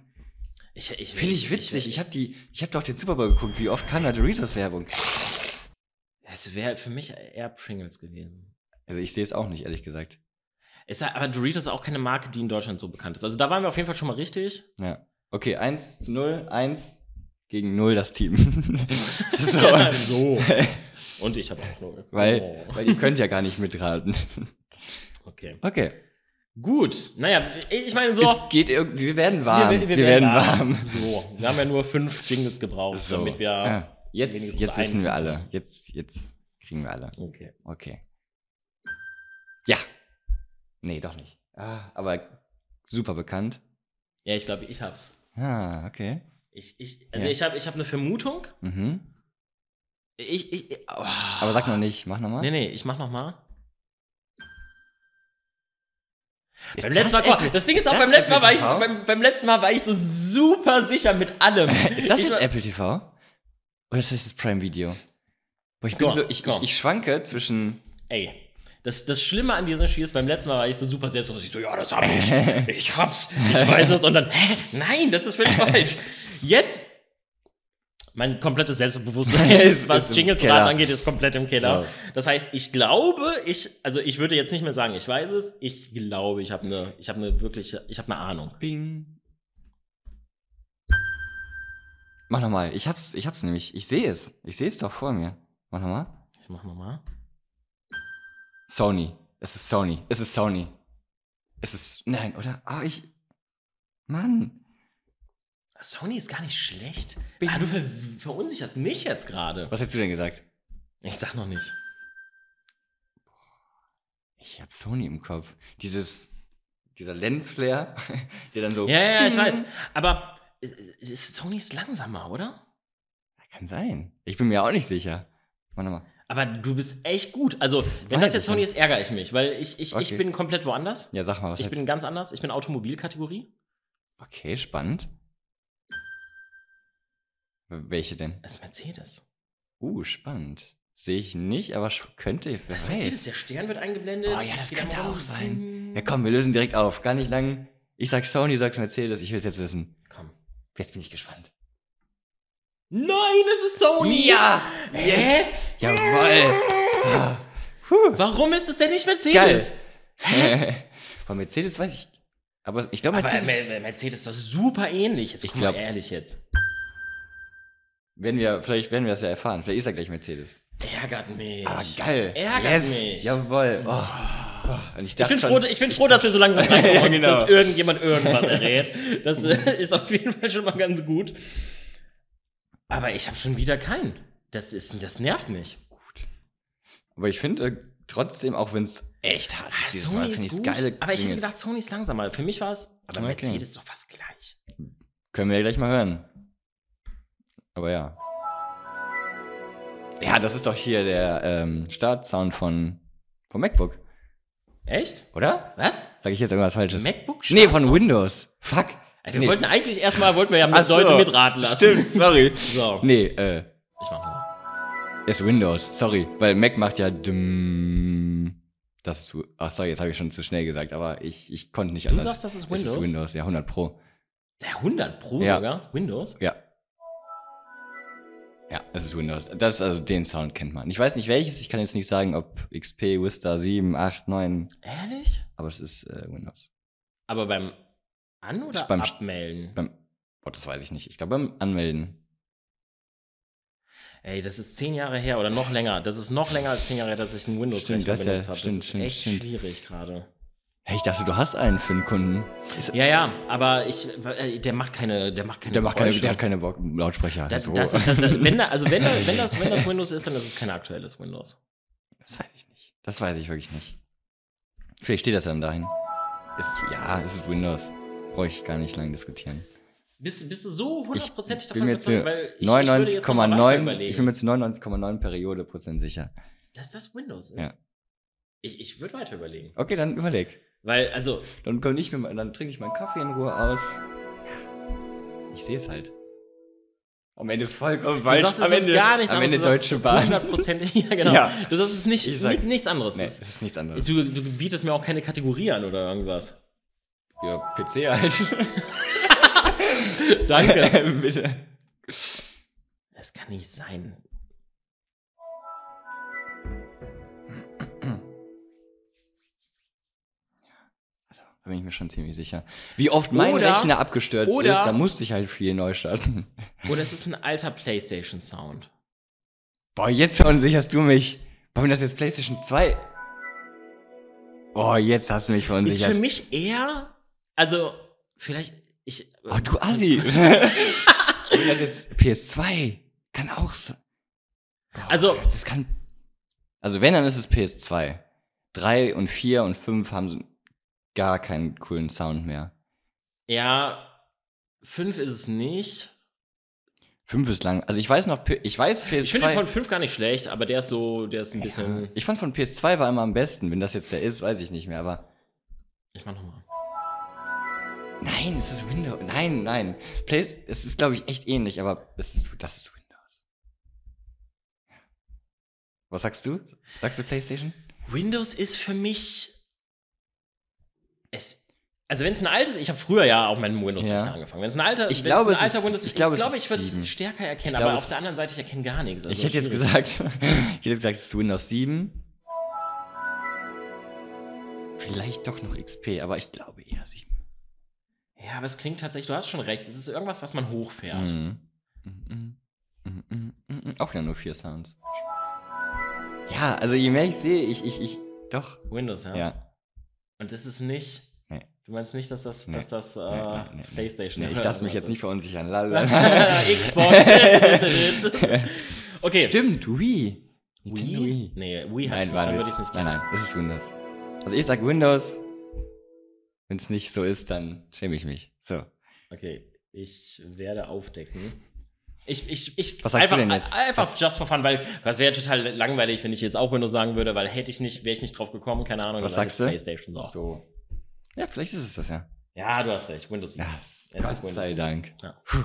Speaker 2: Ich, ich,
Speaker 1: Finde ich witzig. Ich habe die, ich habe doch den Super Bowl geguckt. Wie oft kam da Doritos Werbung?
Speaker 2: Es wäre für mich eher Pringles gewesen.
Speaker 1: Also ich sehe es auch nicht, ehrlich gesagt.
Speaker 2: Ist ja, aber Doritos ist auch keine Marke, die in Deutschland so bekannt ist. Also da waren wir auf jeden Fall schon mal richtig.
Speaker 1: Ja. Okay, 1 zu 0, 1 gegen 0 das Team. [laughs] [laughs] so.
Speaker 2: Ja,
Speaker 1: [laughs]
Speaker 2: so. Und ich habe auch null.
Speaker 1: Weil,
Speaker 2: Oh.
Speaker 1: weil ihr könnt ja gar nicht mitraten.
Speaker 2: Okay.
Speaker 1: Okay.
Speaker 2: Gut. Naja, ich meine so.
Speaker 1: Es geht irgendwie, wir werden warm. Wir, werden, warm.
Speaker 2: So, wir haben ja nur fünf Jingles gebraucht,
Speaker 1: So.
Speaker 2: damit wir.
Speaker 1: Ja. Jetzt,
Speaker 2: wenigstens
Speaker 1: jetzt
Speaker 2: einen
Speaker 1: wissen wir alle.
Speaker 2: kriegen.
Speaker 1: Jetzt, jetzt kriegen wir alle.
Speaker 2: Okay.
Speaker 1: Okay. Ja. Nee, doch nicht. Ah, aber super bekannt.
Speaker 2: Ja, ich glaube, ich hab's.
Speaker 1: Ah, okay.
Speaker 2: Ich, ich, also
Speaker 1: Ja.
Speaker 2: ich habe ich hab eine Vermutung.
Speaker 1: Mhm.
Speaker 2: Ich, ich, ich- oh.
Speaker 1: Aber sag noch nicht, mach nochmal.
Speaker 2: Nee, nee, ich mach nochmal.
Speaker 1: Ist
Speaker 2: Beim letzten Mal,
Speaker 1: Apple-
Speaker 2: das Ding ist auch,
Speaker 1: das
Speaker 2: beim letzten, Mal war ich,
Speaker 1: Apple TV?
Speaker 2: beim, beim letzten Mal war ich so super sicher mit allem.
Speaker 1: [laughs] Ist das
Speaker 2: ich
Speaker 1: jetzt
Speaker 2: war,
Speaker 1: Apple TV? Oder ist das jetzt Prime Video? Boah, ich, bin
Speaker 2: Komm,
Speaker 1: so, ich, ich,
Speaker 2: komm.
Speaker 1: ich schwanke zwischen.
Speaker 2: Ey, das, das Schlimme an diesem Spiel ist, beim letzten Mal war ich so super selbstbewusst. Ich so, ja, das hab ich.
Speaker 1: [laughs]
Speaker 2: Ich hab's. Ich weiß es. Und dann, hä? Nein, das ist
Speaker 1: [laughs]
Speaker 2: völlig falsch. Jetzt, mein komplettes Selbstbewusstsein,
Speaker 1: [laughs] Ist-
Speaker 2: was
Speaker 1: ist im
Speaker 2: Jingles
Speaker 1: Keller.
Speaker 2: raten angeht, ist komplett im Keller.
Speaker 1: So.
Speaker 2: Das heißt, ich glaube, ich, also ich würde jetzt nicht mehr sagen, ich weiß es. Ich glaube, ich habe eine, ich habe eine wirkliche, ich habe eine Ahnung.
Speaker 1: Bing. Mach nochmal. Ich hab's, ich hab's nämlich. Ich sehe es. Ich sehe es doch vor mir. Mach nochmal.
Speaker 2: Ich mach nochmal.
Speaker 1: Sony. Es ist Sony. Es ist Sony. Es ist. Nein, oder? Ah, ich. Mann.
Speaker 2: Sony ist gar nicht schlecht.
Speaker 1: Bing.
Speaker 2: Ah, du ver verunsicherst mich jetzt gerade.
Speaker 1: Was hättest du denn gesagt?
Speaker 2: Ich sag noch nicht.
Speaker 1: Ich hab Sony im Kopf. Dieses. Dieser Lensflare, [laughs] der dann so.
Speaker 2: Ja, ja, ja, ich
Speaker 1: Ding.
Speaker 2: weiß. Aber äh, ist, Sony ist langsamer, oder?
Speaker 1: Kann sein. Ich bin mir auch nicht sicher. Warte mal.
Speaker 2: Aber du bist echt gut. Also, wenn
Speaker 1: Weiß
Speaker 2: das jetzt
Speaker 1: ich
Speaker 2: Sony
Speaker 1: nicht.
Speaker 2: ist, ärgere ich mich, weil ich, ich, ich
Speaker 1: Okay.
Speaker 2: bin komplett woanders.
Speaker 1: Ja, sag mal, was
Speaker 2: ich bin
Speaker 1: jetzt-
Speaker 2: ganz anders. Ich bin Automobilkategorie.
Speaker 1: Okay, spannend. W- Welche denn?
Speaker 2: Das ist Mercedes.
Speaker 1: Uh, spannend. Sehe ich nicht, aber sch- könnte. Wer
Speaker 2: Das ist Mercedes.
Speaker 1: weiß.
Speaker 2: Der Stern wird eingeblendet.
Speaker 1: Oh ja, das
Speaker 2: Geht
Speaker 1: könnte
Speaker 2: am Raum.
Speaker 1: auch sein. Ja, komm, wir lösen direkt auf. Gar nicht lang. Ich sag Sony, du sagst Mercedes. Ich will es jetzt wissen.
Speaker 2: Komm.
Speaker 1: Jetzt bin ich gespannt.
Speaker 2: Nein, es ist Sony.
Speaker 1: Ja!
Speaker 2: Hä?
Speaker 1: Jawoll! Ah.
Speaker 2: Warum ist es denn nicht
Speaker 1: Geil!
Speaker 2: Mercedes?
Speaker 1: [laughs] Von Mercedes weiß ich. Aber ich glaube,
Speaker 2: Aber
Speaker 1: Mercedes.
Speaker 2: Mercedes, Mercedes ist doch super ähnlich. Jetzt
Speaker 1: Ich
Speaker 2: guck mal
Speaker 1: glaub-
Speaker 2: ehrlich jetzt.
Speaker 1: Werden wir, vielleicht werden wir das ja erfahren. Vielleicht ist er gleich Mercedes.
Speaker 2: Ärgert mich.
Speaker 1: Ah, geil.
Speaker 2: Ärgert
Speaker 1: yes.
Speaker 2: mich.
Speaker 1: Jawohl. Oh. Oh, und
Speaker 2: Ich
Speaker 1: dachte
Speaker 2: bin,
Speaker 1: schon-
Speaker 2: froh, ich bin froh, dass wir so langsam
Speaker 1: [laughs]
Speaker 2: reinkommen,
Speaker 1: Ja, genau.
Speaker 2: dass irgendjemand irgendwas errät. Das äh, ist auf jeden Fall schon mal ganz gut. Aber ich habe schon wieder keinen. Das, ist, das nervt mich.
Speaker 1: Aber ich finde äh, trotzdem, auch wenn es echt hart
Speaker 2: Ah,
Speaker 1: ist, dieses Mal finde ich es geile.
Speaker 2: aber ich hätte
Speaker 1: Jingles.
Speaker 2: gedacht, Sony ist langsamer. Für mich war es, aber
Speaker 1: Okay.
Speaker 2: Mercedes ist doch fast gleich.
Speaker 1: Können wir ja gleich mal hören. Aber ja. Ja, das ist doch hier der ähm, Startsound von, vom MacBook.
Speaker 2: Echt?
Speaker 1: Oder?
Speaker 2: Was?
Speaker 1: Sag ich jetzt irgendwas Falsches?
Speaker 2: MacBook?
Speaker 1: nee, von Windows. Fuck.
Speaker 2: Wir
Speaker 1: nee.
Speaker 2: wollten eigentlich erstmal, wollten wir ja
Speaker 1: Ach
Speaker 2: mit
Speaker 1: so.
Speaker 2: Leute mitraten lassen.
Speaker 1: Stimmt, sorry.
Speaker 2: So.
Speaker 1: Nee, äh,
Speaker 2: Ich mach mal.
Speaker 1: ist Windows, sorry. Weil Mac macht ja dumm. Das ist, zu- ach sorry, jetzt habe ich schon zu schnell gesagt, aber ich, ich konnte nicht
Speaker 2: Du
Speaker 1: anders.
Speaker 2: sagst, das ist
Speaker 1: Es
Speaker 2: Windows?
Speaker 1: ist Windows, ja, 100 Pro.
Speaker 2: Der 100 Pro
Speaker 1: Ja.
Speaker 2: sogar? Windows?
Speaker 1: Ja. Ja, es ist Windows. Das, also den Sound kennt man. Ich weiß nicht welches, ich kann jetzt nicht sagen, ob XP, Vista 7, 8, 9,
Speaker 2: Ehrlich?
Speaker 1: aber es ist äh, Windows.
Speaker 2: Aber beim An- oder
Speaker 1: Beim Sch-
Speaker 2: Abmelden?
Speaker 1: Beim, oh, das weiß ich nicht. Ich glaube beim Anmelden.
Speaker 2: Ey, das ist zehn Jahre her oder noch länger. Das ist noch länger als zehn Jahre her, dass ich einen
Speaker 1: Stimmt,
Speaker 2: Windows-Rechner
Speaker 1: das ja.
Speaker 2: benutzt habe. Das
Speaker 1: Stimmt,
Speaker 2: ist
Speaker 1: stimmt,
Speaker 2: echt
Speaker 1: stimmt.
Speaker 2: schwierig gerade.
Speaker 1: Hey, ich dachte, du hast einen für einen Kunden.
Speaker 2: Ja, ja, aber ich, äh, der macht keine, der macht keine
Speaker 1: Der macht keine,
Speaker 2: Geräusche.
Speaker 1: der hat keine Bock, Lautsprecher.
Speaker 2: das,
Speaker 1: So. [laughs]
Speaker 2: das, das, das, wenn da, also wenn, da, wenn, das, wenn das Windows ist, dann ist es kein aktuelles Windows.
Speaker 1: Das weiß ich nicht. Das weiß ich wirklich nicht. Vielleicht steht das dann dahin. Ist, ja, es ist Windows. Brauche ich gar nicht lange diskutieren.
Speaker 2: Bist, bist du so hundertprozentig
Speaker 1: Ich bin
Speaker 2: davon
Speaker 1: mir jetzt
Speaker 2: überzeugt? Weil ich, ich würde jetzt noch mal weiter
Speaker 1: 99,9 ich bin
Speaker 2: überlegen,
Speaker 1: mir zu 99,9 Periode Prozent sicher.
Speaker 2: dass das Windows ist.
Speaker 1: Ja.
Speaker 2: Ich, ich würde weiter überlegen.
Speaker 1: Okay, dann überleg.
Speaker 2: Weil, also,
Speaker 1: Dann komm ich mir, mal- dann trinke ich meinen Kaffee in Ruhe aus. Ich sehe es halt. Am Ende voll
Speaker 2: du sagst, es
Speaker 1: am
Speaker 2: ist
Speaker 1: Ende,
Speaker 2: gar nichts
Speaker 1: am
Speaker 2: anderes.
Speaker 1: Ende
Speaker 2: Du sagst,
Speaker 1: Deutsche Bahn. [laughs]
Speaker 2: Hundertprozentig, [laughs] ja, genau.
Speaker 1: Ja.
Speaker 2: Du sagst, es ist nicht,
Speaker 1: Ich sag-
Speaker 2: ni- nichts anderes.
Speaker 1: Nee,
Speaker 2: Es
Speaker 1: es ist nichts anderes.
Speaker 2: Du, du bietest mir auch keine Kategorie an oder
Speaker 1: [laughs]
Speaker 2: irgendwas.
Speaker 1: Ja, PC halt.
Speaker 2: [laughs] Danke.
Speaker 1: [laughs] Bitte.
Speaker 2: das kann nicht sein.
Speaker 1: Da bin ich mir schon ziemlich sicher. Wie oft mein
Speaker 2: Oder-
Speaker 1: Rechner abgestürzt
Speaker 2: oder-
Speaker 1: ist, da musste ich halt viel neu starten. [laughs]
Speaker 2: Oder es ist ein alter PlayStation-Sound.
Speaker 1: Boah, jetzt verunsicherst du mich. Boah, wenn das jetzt PlayStation 2. Boah, jetzt hast du mich
Speaker 2: Ist für
Speaker 1: verunsichert.
Speaker 2: mich eher, also, vielleicht, ich.
Speaker 1: Oh, du
Speaker 2: [laughs]
Speaker 1: Assi. wenn das jetzt PS2 kann auch so. Boah,
Speaker 2: Also-
Speaker 1: Das kann. Also, wenn, dann ist es PS2. 3 und 4 und 5 haben so gar keinen coolen Sound mehr.
Speaker 2: Ja, fünf ist es nicht.
Speaker 1: 5 ist lang. Also, ich weiß noch, P- ich weiß PS2.
Speaker 2: Ich finde den von fünf gar nicht schlecht, aber der ist so, der ist ein bisschen.
Speaker 1: Ich fand von PS2 war immer am besten. Wenn das jetzt der ist, weiß ich nicht mehr, aber.
Speaker 2: Ich mach nochmal.
Speaker 1: Nein, es ist Windows. Nein, nein. Play es ist, glaube ich, echt ähnlich, aber es ist, das ist Windows. Was sagst du? Sagst du PlayStation?
Speaker 2: Windows ist für mich. Es. Also wenn es ein altes, ich habe früher ja auch mit einem Windows-Rechner
Speaker 1: Ja.
Speaker 2: angefangen. Wenn es ein alter,
Speaker 1: Ich
Speaker 2: wenn's
Speaker 1: glaube,
Speaker 2: ein
Speaker 1: es
Speaker 2: alter
Speaker 1: ist-
Speaker 2: Windows,
Speaker 1: ich glaube,
Speaker 2: ich,
Speaker 1: es
Speaker 2: glaube,
Speaker 1: ist
Speaker 2: ich würde
Speaker 1: sieben.
Speaker 2: es stärker erkennen,
Speaker 1: Ich glaube,
Speaker 2: aber
Speaker 1: es
Speaker 2: auf der
Speaker 1: ist-
Speaker 2: anderen Seite, ich erkenne gar nichts. Also
Speaker 1: ich hätte jetzt
Speaker 2: schwierig.
Speaker 1: gesagt, [laughs] ich hätte jetzt gesagt, es ist Windows 7. Vielleicht doch noch XP, aber ich glaube eher 7.
Speaker 2: Ja, aber es klingt tatsächlich, du hast schon recht, es ist irgendwas, was man hochfährt.
Speaker 1: Mhm. Mhm. Mhm. Mhm. Auch wieder nur vier Sounds. Ja, also je mehr ich sehe, ich, ich, ich, doch.
Speaker 2: Windows, ja.
Speaker 1: Ja.
Speaker 2: Und das ist nicht.
Speaker 1: Nee.
Speaker 2: Du meinst nicht, dass das,
Speaker 1: Nee.
Speaker 2: dass das äh,
Speaker 1: nein, nein, nein.
Speaker 2: PlayStation
Speaker 1: Nee, ich
Speaker 2: oder
Speaker 1: lasse mich
Speaker 2: was [laughs]
Speaker 1: jetzt nicht [laughs] verunsichern. La, la, la.
Speaker 2: ist. [laughs] Xbox.
Speaker 1: [laughs]
Speaker 2: okay.
Speaker 1: Stimmt, Wii. Nintendo
Speaker 2: Wii?
Speaker 1: Wii.
Speaker 2: Nee, Wii hat
Speaker 1: Nein,
Speaker 2: es
Speaker 1: war
Speaker 2: nicht, dann
Speaker 1: ein
Speaker 2: würde ich
Speaker 1: Witz.
Speaker 2: es nicht
Speaker 1: Nein,
Speaker 2: kennen.
Speaker 1: nein, es ist Windows. Also ich sag Windows. Wenn es nicht so ist, dann schäme ich mich. So.
Speaker 2: Okay, ich werde aufdecken. Ich, ich, ich,
Speaker 1: Was sagst du
Speaker 2: einfach,
Speaker 1: denn jetzt?
Speaker 2: Einfach just for fun, weil das wäre total langweilig, wenn ich jetzt auch Windows sagen würde, weil hätte ich nicht, wäre ich nicht drauf gekommen, keine Ahnung.
Speaker 1: Was
Speaker 2: dann sag
Speaker 1: sagst
Speaker 2: ich
Speaker 1: du?
Speaker 2: PlayStation so.
Speaker 1: so. Ja, vielleicht ist es das ja.
Speaker 2: Ja, du hast recht, Windows.
Speaker 1: Ja,
Speaker 2: ist
Speaker 1: Gott
Speaker 2: Windows.
Speaker 1: sei Dank.
Speaker 2: Ja.
Speaker 1: Puh.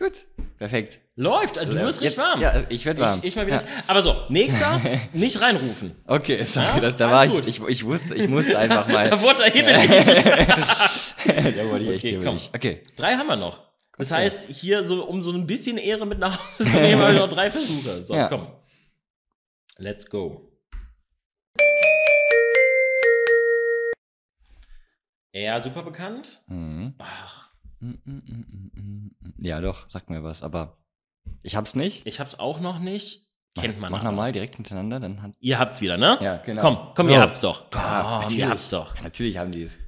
Speaker 1: Gut, perfekt.
Speaker 2: Läuft, du wirst richtig
Speaker 1: Jetzt-
Speaker 2: warm.
Speaker 1: Ja, ich werde warm.
Speaker 2: Ich, ich mal wieder.
Speaker 1: Ja.
Speaker 2: Aber so,
Speaker 1: [laughs]
Speaker 2: nächster, nicht reinrufen.
Speaker 1: Okay, sorry,
Speaker 2: Ja,
Speaker 1: das, da war
Speaker 2: alles
Speaker 1: ich,
Speaker 2: gut.
Speaker 1: ich. Ich wusste, ich musste
Speaker 2: [laughs]
Speaker 1: einfach [laughs] mal.
Speaker 2: Da wurde er hibbelig.
Speaker 1: da wurde ich echt
Speaker 2: Okay, komm.
Speaker 1: hibbelig. Okay.
Speaker 2: drei haben wir noch. Das
Speaker 1: Okay.
Speaker 2: heißt, hier so, um so ein bisschen Ehre mit nach
Speaker 1: [laughs]
Speaker 2: Hause zu nehmen, habe ich noch drei Versuche. So,
Speaker 1: Ja.
Speaker 2: komm. Let's go. Ja, super bekannt.
Speaker 1: Mhm.
Speaker 2: Ach,
Speaker 1: Mm, mm, mm, mm, mm. Ja, doch, sag mir was, aber ich hab's nicht.
Speaker 2: ich hab's auch noch nicht. Kennt man
Speaker 1: Mach
Speaker 2: aber.
Speaker 1: nochmal direkt hintereinander, dann hat.
Speaker 2: Ihr habt's wieder, ne?
Speaker 1: Ja, genau.
Speaker 2: Komm, komm,
Speaker 1: So. Ah,
Speaker 2: ihr habt's doch. Komm,
Speaker 1: Ja, natürlich.
Speaker 2: ihr habt's doch.
Speaker 1: Natürlich haben die es.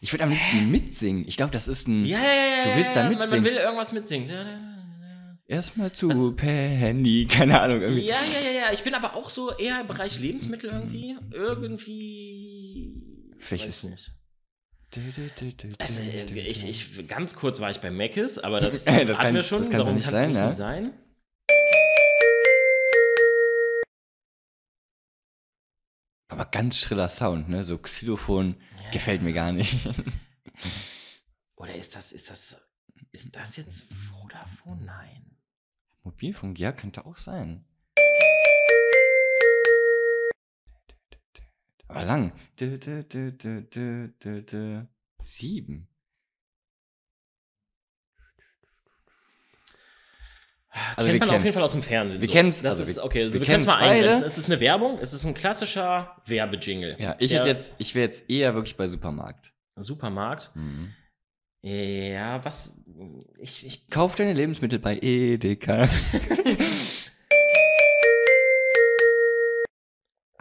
Speaker 1: Ich würde am liebsten mitsingen. Ich glaube, das ist ein.
Speaker 2: Ja, ja, ja, ja.
Speaker 1: Du willst da
Speaker 2: ja, man, man
Speaker 1: mitsingen.
Speaker 2: will irgendwas mitsingen. Ja, ja, ja, ja.
Speaker 1: Erstmal zu
Speaker 2: Was-
Speaker 1: Penny, [laughs] keine Ahnung, irgendwie.
Speaker 2: Ja, ja, ja, ja. Ich bin aber auch so eher im Bereich Lebensmittel irgendwie. Irgendwie.
Speaker 1: Vielleicht
Speaker 2: weiß
Speaker 1: ist-
Speaker 2: nicht. Also, äh, ich, ich, ganz kurz war ich bei
Speaker 1: [laughs]
Speaker 2: Mc's, aber das,
Speaker 1: Äh, das
Speaker 2: hatten
Speaker 1: kann-
Speaker 2: wir schon,
Speaker 1: das kann's doch
Speaker 2: darum
Speaker 1: nicht
Speaker 2: kann's
Speaker 1: sein, ne?
Speaker 2: bloß
Speaker 1: ja?
Speaker 2: nicht sein.
Speaker 1: Aber ganz schriller Sound, ne? So Xylophon
Speaker 2: Ja.
Speaker 1: gefällt mir gar nicht. [laughs]
Speaker 2: Oder ist das, ist das, ist das jetzt Vodafone? Nein.
Speaker 1: Mobilfunk, ja, könnte auch sein. Aber lang. Sieben. Also
Speaker 2: Kennt
Speaker 1: wir
Speaker 2: man auf jeden
Speaker 1: kennen's.
Speaker 2: Fall aus dem Fernsehen.
Speaker 1: Wir
Speaker 2: so.
Speaker 1: kennen's,
Speaker 2: Das
Speaker 1: also
Speaker 2: ist,
Speaker 1: wir-
Speaker 2: okay, also
Speaker 1: wir
Speaker 2: wir, können
Speaker 1: kennen's
Speaker 2: es mal
Speaker 1: beide.
Speaker 2: eingrenzen. Es ist eine Werbung, es ist ein klassischer Werbejingle.
Speaker 1: Ja, ich
Speaker 2: Der
Speaker 1: hätte jetzt, ich wäre jetzt eher wirklich bei Supermarkt.
Speaker 2: Supermarkt.
Speaker 1: Mhm.
Speaker 2: Ja, was, ich, ich,
Speaker 1: Kauf deine Lebensmittel bei
Speaker 2: [laughs]
Speaker 1: Edeka.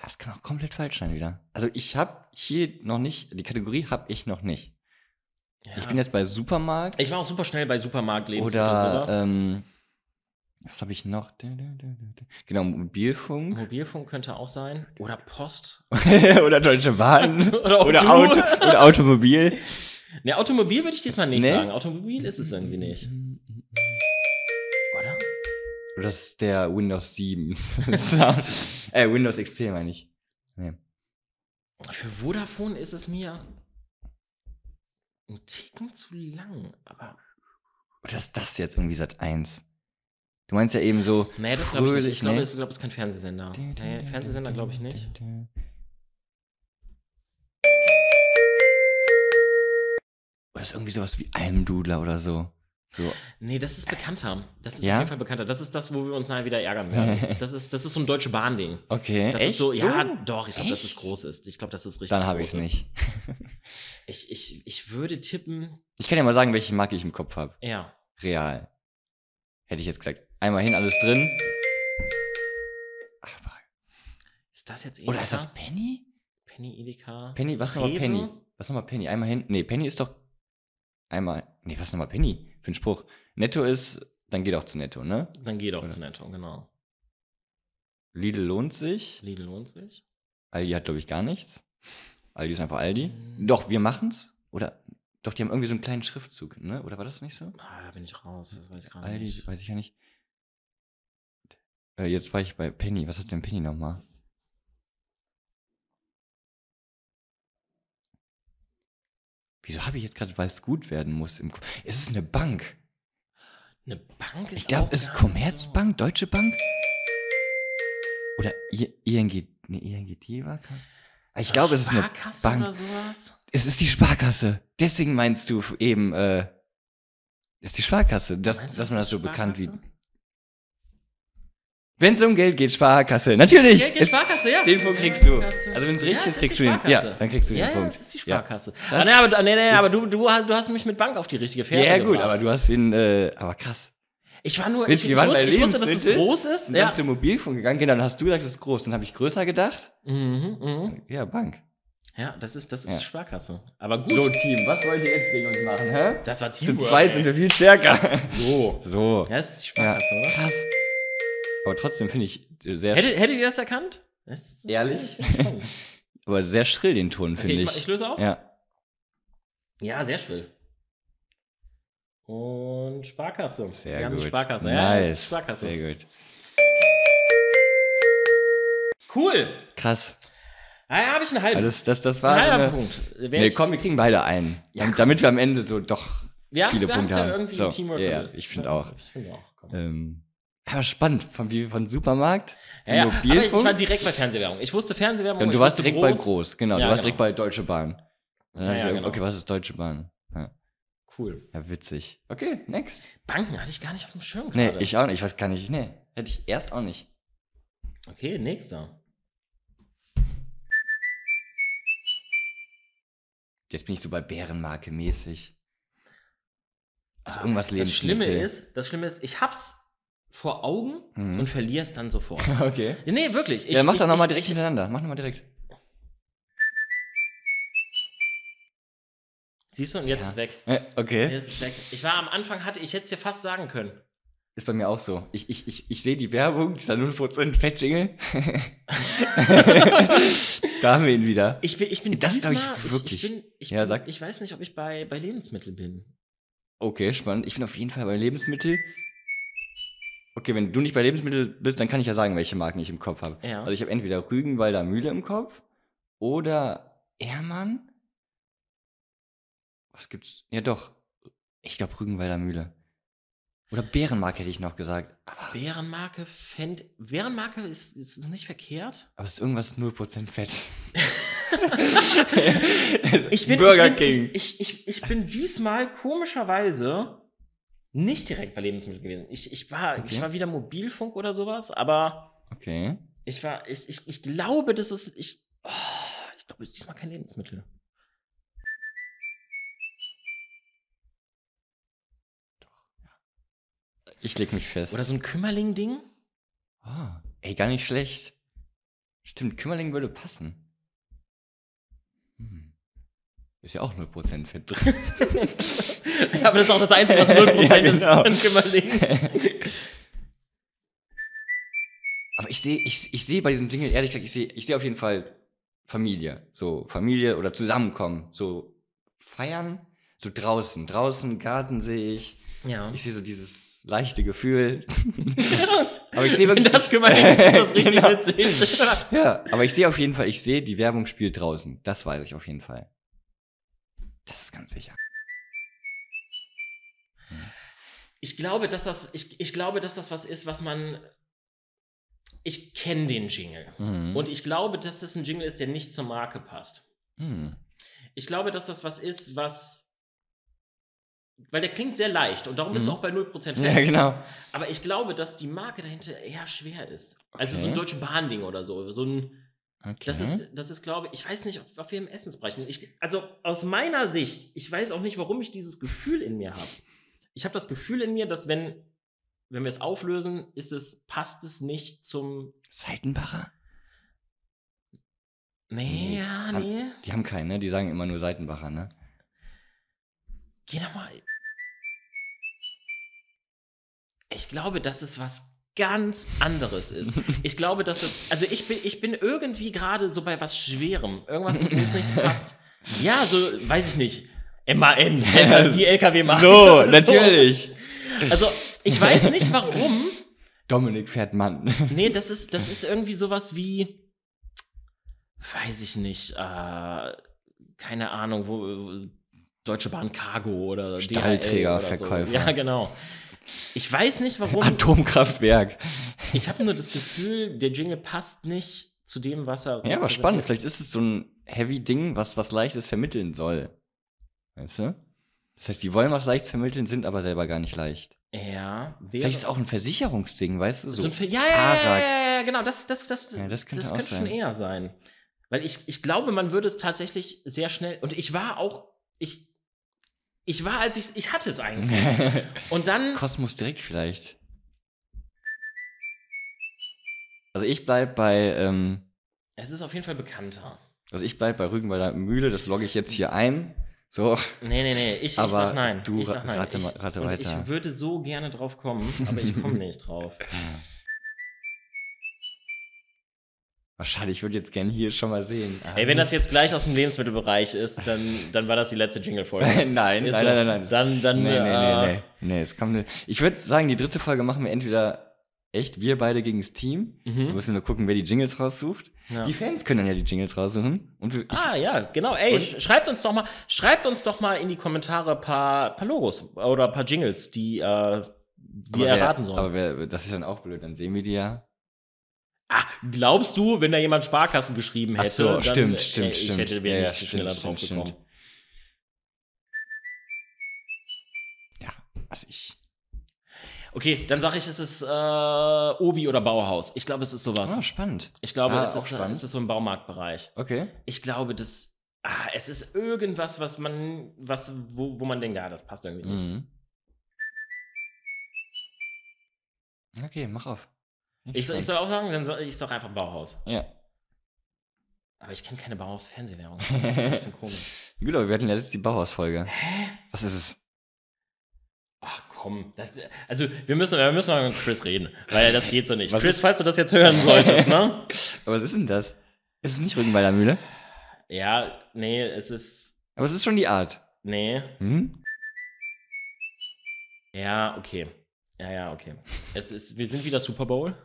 Speaker 1: das kann auch komplett falsch sein wieder. Also ich habe hier noch nicht, die Kategorie habe ich noch nicht.
Speaker 2: ja.
Speaker 1: Ich bin jetzt bei Supermarkt.
Speaker 2: Ich war auch super schnell bei Supermarkt, Lebensmittel
Speaker 1: Oder
Speaker 2: und sowas.
Speaker 1: ähm, was habe ich noch? Dä, dä, dä, dä, dä. Genau, Mobilfunk.
Speaker 2: Mobilfunk könnte auch sein. Oder Post.
Speaker 1: oder Deutsche
Speaker 2: [laughs]
Speaker 1: Bahn.
Speaker 2: Oder,
Speaker 1: [laughs] oder,
Speaker 2: Auto.
Speaker 1: Auto, oder Automobil.
Speaker 2: Ne, Automobil würde ich diesmal nicht
Speaker 1: Nee?
Speaker 2: sagen. Automobil ist es irgendwie nicht. Oder?
Speaker 1: Oder Das ist der Windows [laughs] 7. Sound. äh, Windows XP meine ich. Nee.
Speaker 2: Für Vodafone ist es mir ein Ticken zu lang. Aber
Speaker 1: Oder ist das jetzt irgendwie Sat 1? Du meinst ja eben so.
Speaker 2: nee, das glaube ich nicht. Ich glaube,
Speaker 1: ne?
Speaker 2: es glaub, es ist kein Fernsehsender. Nee, Fernsehsender glaube ich nicht.
Speaker 1: Oder ist irgendwie sowas wie Almdudler oder so. So.
Speaker 2: Nee, das ist bekannter. Das ist
Speaker 1: Ja?
Speaker 2: auf jeden Fall bekannter. Das ist das, wo wir uns nachher wieder
Speaker 1: [laughs]
Speaker 2: ärgern werden. Das ist, das ist so ein deutsche Bahn-Ding.
Speaker 1: Okay.
Speaker 2: Das ist so, ja, doch, ich glaube, dass es
Speaker 1: Echt?
Speaker 2: groß ist. Ich glaube, dass es richtig
Speaker 1: Dann habe
Speaker 2: groß
Speaker 1: ich es
Speaker 2: ist.
Speaker 1: nicht.
Speaker 2: Ich, ich, ich würde tippen,
Speaker 1: Ich kann ja mal sagen, welche Marke ich im Kopf habe.
Speaker 2: ja.
Speaker 1: Real. Hätte ich jetzt gesagt. Einmal hin, alles drin. Aber,
Speaker 2: Ist das jetzt Edeka?
Speaker 1: oder ist das Penny?
Speaker 2: Penny Edeka?
Speaker 1: Penny, was nochmal
Speaker 2: Rewe?
Speaker 1: Penny? Was nochmal Penny? Einmal hin. Nee, Penny ist doch. Einmal. Nee, was nochmal Penny? Für einen Spruch. Netto ist, dann geht auch zu Netto, ne?
Speaker 2: Dann geht auch
Speaker 1: Oder?
Speaker 2: zu Netto, genau.
Speaker 1: Lidl lohnt sich.
Speaker 2: Lidl lohnt sich.
Speaker 1: Aldi hat, glaube ich, gar nichts. Aldi ist einfach Aldi.
Speaker 2: Mhm.
Speaker 1: Doch, wir machen's. Oder. Doch, die haben irgendwie so einen kleinen Schriftzug, ne? Oder war das nicht so?
Speaker 2: Ah, da bin ich raus, das weiß ich gar
Speaker 1: Aldi,
Speaker 2: nicht.
Speaker 1: weiß ich ja nicht. Äh, jetzt war ich bei Penny. Was hat denn Penny nochmal? Wieso habe ich jetzt gerade, weil es gut werden muss im Ko Ist es eine Bank?
Speaker 2: Eine Bank ist
Speaker 1: Ich glaube,
Speaker 2: auch
Speaker 1: es ist
Speaker 2: gar
Speaker 1: Commerzbank, Deutsche Bank? Oder I ING, nee, INGD war kein- Ah,
Speaker 2: nicht so.
Speaker 1: Ich glaube, es ist eine
Speaker 2: Sparkasse
Speaker 1: Bank.
Speaker 2: oder sowas?
Speaker 1: Es ist die Sparkasse. Deswegen meinst du eben, äh, es ist die Sparkasse, dass,
Speaker 2: Meinst du,
Speaker 1: dass
Speaker 2: es
Speaker 1: man das
Speaker 2: ist
Speaker 1: so bekannt sieht.
Speaker 2: Sparkasse?
Speaker 1: Wenn es um Geld geht, Sparkasse. Natürlich.
Speaker 2: Geld geht
Speaker 1: Es-
Speaker 2: Sparkasse, ja.
Speaker 1: Den Punkt kriegst du.
Speaker 2: Sparkasse.
Speaker 1: Also wenn es
Speaker 2: Ja,
Speaker 1: richtig ist,
Speaker 2: es ist
Speaker 1: kriegst
Speaker 2: die
Speaker 1: du ihn. Ja,
Speaker 2: Sparkasse.
Speaker 1: dann kriegst du
Speaker 2: Ja,
Speaker 1: den
Speaker 2: ja,
Speaker 1: Punkt.
Speaker 2: es ist die
Speaker 1: Ja.
Speaker 2: Sparkasse.
Speaker 1: Das-
Speaker 2: Ah, nee, aber, nee, nee,
Speaker 1: das-
Speaker 2: aber du, du, hast, du hast mich mit Bank auf die richtige
Speaker 1: Ja,
Speaker 2: Fährte
Speaker 1: gut,
Speaker 2: gebracht.
Speaker 1: aber du hast den, äh, aber krass.
Speaker 2: Ich war nur,
Speaker 1: Willst
Speaker 2: ich,
Speaker 1: du,
Speaker 2: ich,
Speaker 1: wir waren
Speaker 2: wusste,
Speaker 1: bei
Speaker 2: ich wusste, dass es
Speaker 1: Lebensmittel?
Speaker 2: groß ist.
Speaker 1: Dann
Speaker 2: Ja.
Speaker 1: hast du Mobilfunk gegangen, genau, dann hast du gesagt, es ist groß. Dann habe ich größer gedacht.
Speaker 2: Mhm, mhm.
Speaker 1: Ja, Bank.
Speaker 2: ja, das ist, das ist
Speaker 1: Ja.
Speaker 2: Sparkasse. Aber gut,
Speaker 1: So, Team, was wollt ihr jetzt gegen uns machen, hä?
Speaker 2: das war
Speaker 1: Zu
Speaker 2: Teamwork.
Speaker 1: zweit sind wir viel stärker.
Speaker 2: So.
Speaker 1: So.
Speaker 2: Ja, das ist die
Speaker 1: Ja,
Speaker 2: Sparkasse, oder?
Speaker 1: krass. Aber trotzdem finde ich äh, sehr,
Speaker 2: Hättet, hättet ihr das erkannt? Das ist-
Speaker 1: Ehrlich?
Speaker 2: Ich bin
Speaker 1: [laughs]
Speaker 2: gespannt.
Speaker 1: aber sehr schrill den Ton,
Speaker 2: okay,
Speaker 1: finde
Speaker 2: ich, mach- ich
Speaker 1: ich.
Speaker 2: löse auf? Ja,
Speaker 1: Ja.
Speaker 2: sehr schön. Und Sparkasse.
Speaker 1: Sehr
Speaker 2: wir
Speaker 1: gut.
Speaker 2: haben die Sparkasse. Ja,
Speaker 1: Nice.
Speaker 2: das ist Sparkasse.
Speaker 1: Sehr gut.
Speaker 2: Cool.
Speaker 1: Krass.
Speaker 2: Ah, ja, habe ich einen halben.
Speaker 1: Alles, das, das war
Speaker 2: einen
Speaker 1: so
Speaker 2: halben
Speaker 1: eine,
Speaker 2: Punkt. Wer
Speaker 1: Nee,
Speaker 2: ich-
Speaker 1: komm, wir kriegen beide einen.
Speaker 2: Ja,
Speaker 1: damit,
Speaker 2: komm.
Speaker 1: damit wir am Ende so doch
Speaker 2: wir haben,
Speaker 1: viele Punkte
Speaker 2: wir haben's ja
Speaker 1: haben.
Speaker 2: irgendwie
Speaker 1: So,
Speaker 2: im Teamwork
Speaker 1: ja, ja,
Speaker 2: gelöst.
Speaker 1: ich finde auch.
Speaker 2: Ich finde auch. Komm.
Speaker 1: Ähm, aber spannend, von, wie, von Supermarkt zum
Speaker 2: Ja, ja, aber ich
Speaker 1: Mobilfunk.
Speaker 2: war direkt bei Fernsehwerbung. Ich wusste Fernsehwerbung.
Speaker 1: und
Speaker 2: ich
Speaker 1: du warst
Speaker 2: wusste
Speaker 1: direkt bei Groß, genau.
Speaker 2: Ja,
Speaker 1: du warst direkt
Speaker 2: genau.
Speaker 1: bei Deutsche Bahn. Dann
Speaker 2: Ja,
Speaker 1: hab ich
Speaker 2: ja,
Speaker 1: irgendwie-
Speaker 2: genau.
Speaker 1: Okay, was ist Deutsche Bahn? Ja,
Speaker 2: Cool.
Speaker 1: ja witzig. Okay, next.
Speaker 2: Banken hatte ich gar nicht auf dem Schirm
Speaker 1: Nee,
Speaker 2: gerade.
Speaker 1: ich auch nicht. Ich weiß gar nicht. Nee, hätte ich erst auch nicht.
Speaker 2: Okay, nächster.
Speaker 1: Jetzt bin ich so bei Bärenmarke mäßig. [laughs] Also
Speaker 2: Ah,
Speaker 1: irgendwas
Speaker 2: das
Speaker 1: Lebensmittel.
Speaker 2: Schlimme ist, das Schlimme ist, ich hab's vor Augen
Speaker 1: Mhm.
Speaker 2: und verliere es dann sofort. [laughs]
Speaker 1: Okay.
Speaker 2: nee, wirklich. Ich,
Speaker 1: ja, mach
Speaker 2: ich,
Speaker 1: doch nochmal
Speaker 2: ich-
Speaker 1: direkt hintereinander. Mach nochmal direkt.
Speaker 2: Siehst du, und jetzt ist
Speaker 1: Ja.
Speaker 2: es weg.
Speaker 1: Äh, Okay.
Speaker 2: Jetzt ist es weg. Ich war am Anfang, hatte ich hätte es dir fast sagen können.
Speaker 1: Ist bei mir auch so. Ich, ich, ich, ich sehe die Werbung, dieser 0%
Speaker 2: [laughs]
Speaker 1: Fettjingle. [laughs] da haben wir ihn wieder.
Speaker 2: Ich bin, ich bin
Speaker 1: Das glaub ich
Speaker 2: diesmal-
Speaker 1: wirklich.
Speaker 2: Ich, bin, ich,
Speaker 1: Ja,
Speaker 2: bin,
Speaker 1: sag.
Speaker 2: ich weiß nicht, ob ich bei, bei Lebensmitteln bin.
Speaker 1: Okay, spannend. Ich bin auf jeden Fall bei Lebensmittel. Okay, wenn du nicht bei Lebensmittel bist, dann kann ich ja sagen, welche Marken ich im Kopf habe.
Speaker 2: Ja.
Speaker 1: Also ich habe entweder Rügenwalder Mühle im Kopf oder Ehrmann. Was gibt's? Ja doch. Ich glaube Rügenwalder Mühle. Oder Bärenmark hätte ich noch gesagt. Aber,
Speaker 2: Bärenmarke fänd, Bärenmarke ist, ist nicht verkehrt.
Speaker 1: aber es ist irgendwas 0% Fett.
Speaker 2: [laughs]
Speaker 1: [laughs]
Speaker 2: Ich bin,
Speaker 1: Burger
Speaker 2: ich bin,
Speaker 1: King.
Speaker 2: Ich, ich, ich, ich bin diesmal komischerweise nicht direkt bei Lebensmitteln gewesen. Ich, ich, war, ich
Speaker 1: Okay.
Speaker 2: war wieder Mobilfunk oder sowas, aber
Speaker 1: okay.
Speaker 2: ich war, ich, ich, ich glaube, das ist. Ich, oh, ich glaube, es ist diesmal kein Lebensmittel.
Speaker 1: Ich leg mich fest.
Speaker 2: Oder so
Speaker 1: [laughs]
Speaker 2: ein Kümmerling-Ding?
Speaker 1: Ah, ey, gar nicht schlecht. Stimmt, Kümmerling würde passen. Hm. Ist ja auch 0% Fett drin.
Speaker 2: Ja, aber das ist auch das Einzige, was 0%
Speaker 1: [laughs] Ja, genau.
Speaker 2: ist an Kümmerling.
Speaker 1: [laughs] Aber ich sehe ich, ich seh bei diesem Ding, ehrlich gesagt, ich sehe ich seh auf jeden Fall Familie. So, Familie oder zusammenkommen. So, feiern. So draußen. Draußen, Garten sehe ich.
Speaker 2: Ja.
Speaker 1: Ich sehe so dieses leichte Gefühl. [laughs] Aber ich sehe
Speaker 2: Wenn
Speaker 1: wirklich.
Speaker 2: das Kümmerling ist,
Speaker 1: [laughs]
Speaker 2: ist das richtig
Speaker 1: Genau.
Speaker 2: witzig. [laughs]
Speaker 1: Ja, aber ich sehe auf jeden Fall, ich sehe, die Werbung spielt draußen. Das weiß ich auf jeden Fall. Das ist ganz sicher.
Speaker 2: Ich glaube, dass das, ich, ich glaube, dass das was ist, was man. Ich kenne den Jingle.
Speaker 1: Mhm.
Speaker 2: Und ich glaube, dass das ein Jingle ist, der nicht zur Marke passt.
Speaker 1: Mhm.
Speaker 2: Ich glaube, dass das was ist, was. Weil der klingt sehr leicht und darum bist du
Speaker 1: Mhm.
Speaker 2: auch bei 0%
Speaker 1: Ja,
Speaker 2: fest.
Speaker 1: genau.
Speaker 2: Aber ich glaube, dass die Marke dahinter eher schwer ist. Also
Speaker 1: Okay.
Speaker 2: so ein Deutsche Bahn-Ding oder so. So ein.
Speaker 1: Okay.
Speaker 2: Das ist, das ist, glaube ich, ich weiß nicht, ob, ob wir im Essensbereich sind. Ich, also aus meiner Sicht, ich weiß auch nicht, warum ich dieses Gefühl in mir habe. Ich habe das Gefühl in mir, dass wenn, wenn wir es auflösen, ist es, passt es nicht zum.
Speaker 1: Seitenbacher?
Speaker 2: Nee,
Speaker 1: Nee,
Speaker 2: ja,
Speaker 1: kann-
Speaker 2: nee.
Speaker 1: Die haben keinen, ne? Die sagen immer nur Seitenbacher, ne?
Speaker 2: Geh doch mal. Ich glaube, dass es was ganz
Speaker 1: [laughs]
Speaker 2: anderes ist. Ich glaube, dass es. Also ich bin, ich bin irgendwie gerade so bei was Schwerem. Irgendwas, wo es
Speaker 1: [laughs]
Speaker 2: nicht passt. Ja, so, weiß ich nicht. MAN, die LKW machen. [laughs]
Speaker 1: So, natürlich.
Speaker 2: Also, ich weiß nicht warum.
Speaker 1: Dominik fährt Mann.
Speaker 2: Nee, das ist, das ist irgendwie sowas wie. Weiß ich nicht. Äh, keine Ahnung, wo. Deutsche Bahn Cargo oder DHL
Speaker 1: Stahlträger,
Speaker 2: oder so.
Speaker 1: Verkäufer.
Speaker 2: Ja, genau. Ich weiß nicht
Speaker 1: [laughs]
Speaker 2: warum.
Speaker 1: Atomkraftwerk.
Speaker 2: Ich habe nur das Gefühl, der Jingle passt nicht zu dem, was er.
Speaker 1: Ja, aber spannend. Vielleicht ist es so ein Heavy-Ding, was was Leichtes vermitteln soll. Weißt du? Das heißt, die wollen was Leichtes vermitteln, sind aber selber gar nicht leicht.
Speaker 2: Ja, wäre.
Speaker 1: Vielleicht ist es auch ein Versicherungsding, weißt du?
Speaker 2: so
Speaker 1: So. [laughs]
Speaker 2: ein Film. Ja, ja, ja, ja,
Speaker 1: Arak.
Speaker 2: ja, ja, genau. Das, das, das,
Speaker 1: Ja, das könnte auch
Speaker 2: könnte schon
Speaker 1: sein.
Speaker 2: eher sein. Weil ich, ich glaube, man würde es tatsächlich sehr schnell. Und ich war auch. Ich, ich war, als ich Ich hatte
Speaker 1: [laughs]
Speaker 2: es eigentlich. Und dann.
Speaker 1: Kosmos direkt vielleicht. Also ich bleib bei, ähm,
Speaker 2: Es ist auf jeden Fall bekannter.
Speaker 1: also ich bleib bei Rügenwalder Mühle, das logge ich jetzt hier ein. So.
Speaker 2: Nee, nee, nee. Ich,
Speaker 1: Aber
Speaker 2: ich sag nein.
Speaker 1: du
Speaker 2: ich sag
Speaker 1: ra-
Speaker 2: nein.
Speaker 1: rate
Speaker 2: ich,
Speaker 1: mal- rate
Speaker 2: und
Speaker 1: weiter.
Speaker 2: ich würde so gerne drauf kommen, aber ich
Speaker 1: [laughs]
Speaker 2: komme nicht drauf.
Speaker 1: Oh, schade, ich würde jetzt gerne hier schon mal sehen.
Speaker 2: Ey, wenn das jetzt gleich aus dem Lebensmittelbereich ist, dann, dann war das die letzte
Speaker 1: [laughs]
Speaker 2: Jingle-Folge.
Speaker 1: nein, [laughs] nein,
Speaker 2: Ist
Speaker 1: nein,
Speaker 2: so.
Speaker 1: nein, nein.
Speaker 2: Dann, dann,
Speaker 1: nee, nee, nee,
Speaker 2: äh,
Speaker 1: nee. Nee, es kommt nicht. Ich würde sagen, die dritte Folge machen wir entweder echt wir beide gegen das Team.
Speaker 2: Mhm.
Speaker 1: Wir müssen nur gucken, wer die Jingles raussucht.
Speaker 2: Ja.
Speaker 1: Die Fans können dann ja die Jingles raussuchen. Und wir,
Speaker 2: Ah, ja, genau. Ey, sch- schreibt uns doch mal, schreibt uns doch mal in die Kommentare paar, paar Logos oder paar Jingles, die äh, wir
Speaker 1: aber
Speaker 2: erraten
Speaker 1: wer,
Speaker 2: sollen.
Speaker 1: Aber wer, das ist dann auch blöd, dann sehen wir die ja.
Speaker 2: ah, glaubst du, wenn da jemand Sparkassen geschrieben
Speaker 1: Ach
Speaker 2: hätte?
Speaker 1: so,
Speaker 2: dann,
Speaker 1: stimmt,
Speaker 2: äh,
Speaker 1: stimmt,
Speaker 2: ich
Speaker 1: stimmt.
Speaker 2: hätte wir
Speaker 1: Ja, ja,
Speaker 2: nicht
Speaker 1: stimmt,
Speaker 2: schneller
Speaker 1: stimmt,
Speaker 2: drauf gekommen.
Speaker 1: stimmt. Ja, also ich.
Speaker 2: Okay, dann sage ich, es ist äh, Obi oder Bauhaus. Ich glaube, es ist sowas.
Speaker 1: Oh, spannend.
Speaker 2: Ich glaube,
Speaker 1: Ja,
Speaker 2: es,
Speaker 1: auch
Speaker 2: ist, äh,
Speaker 1: spannend.
Speaker 2: es ist so im Baumarktbereich.
Speaker 1: Okay.
Speaker 2: Ich glaube, das. Ah, es ist irgendwas, was man, was, wo, wo man denkt, ja, das passt irgendwie nicht.
Speaker 1: Mhm. Okay, mach auf. Bin
Speaker 2: Ich, soll- ich
Speaker 1: gespannt.
Speaker 2: soll auch sagen, dann soll, ich sag einfach Bauhaus.
Speaker 1: ja.
Speaker 2: Aber ich kenne keine Bauhaus-Fernsehwerbung. Das ist ein bisschen komisch.
Speaker 1: Gut, aber wir hatten ja jetzt die Bauhaus-Folge. Was ist es?
Speaker 2: Ach komm, das, also wir müssen, wir müssen mal mit Chris reden, weil das geht so nicht.
Speaker 1: Was
Speaker 2: Chris, falls du das jetzt hören solltest, ne?
Speaker 1: Aber was ist denn das? Ist es nicht Rügenwalder Mühle?
Speaker 2: Ja, nee, es ist.
Speaker 1: Aber es ist schon die Art.
Speaker 2: Nee.
Speaker 1: Hm?
Speaker 2: Ja, okay. Ja, ja, okay. Es ist, wir sind wieder Super Bowl.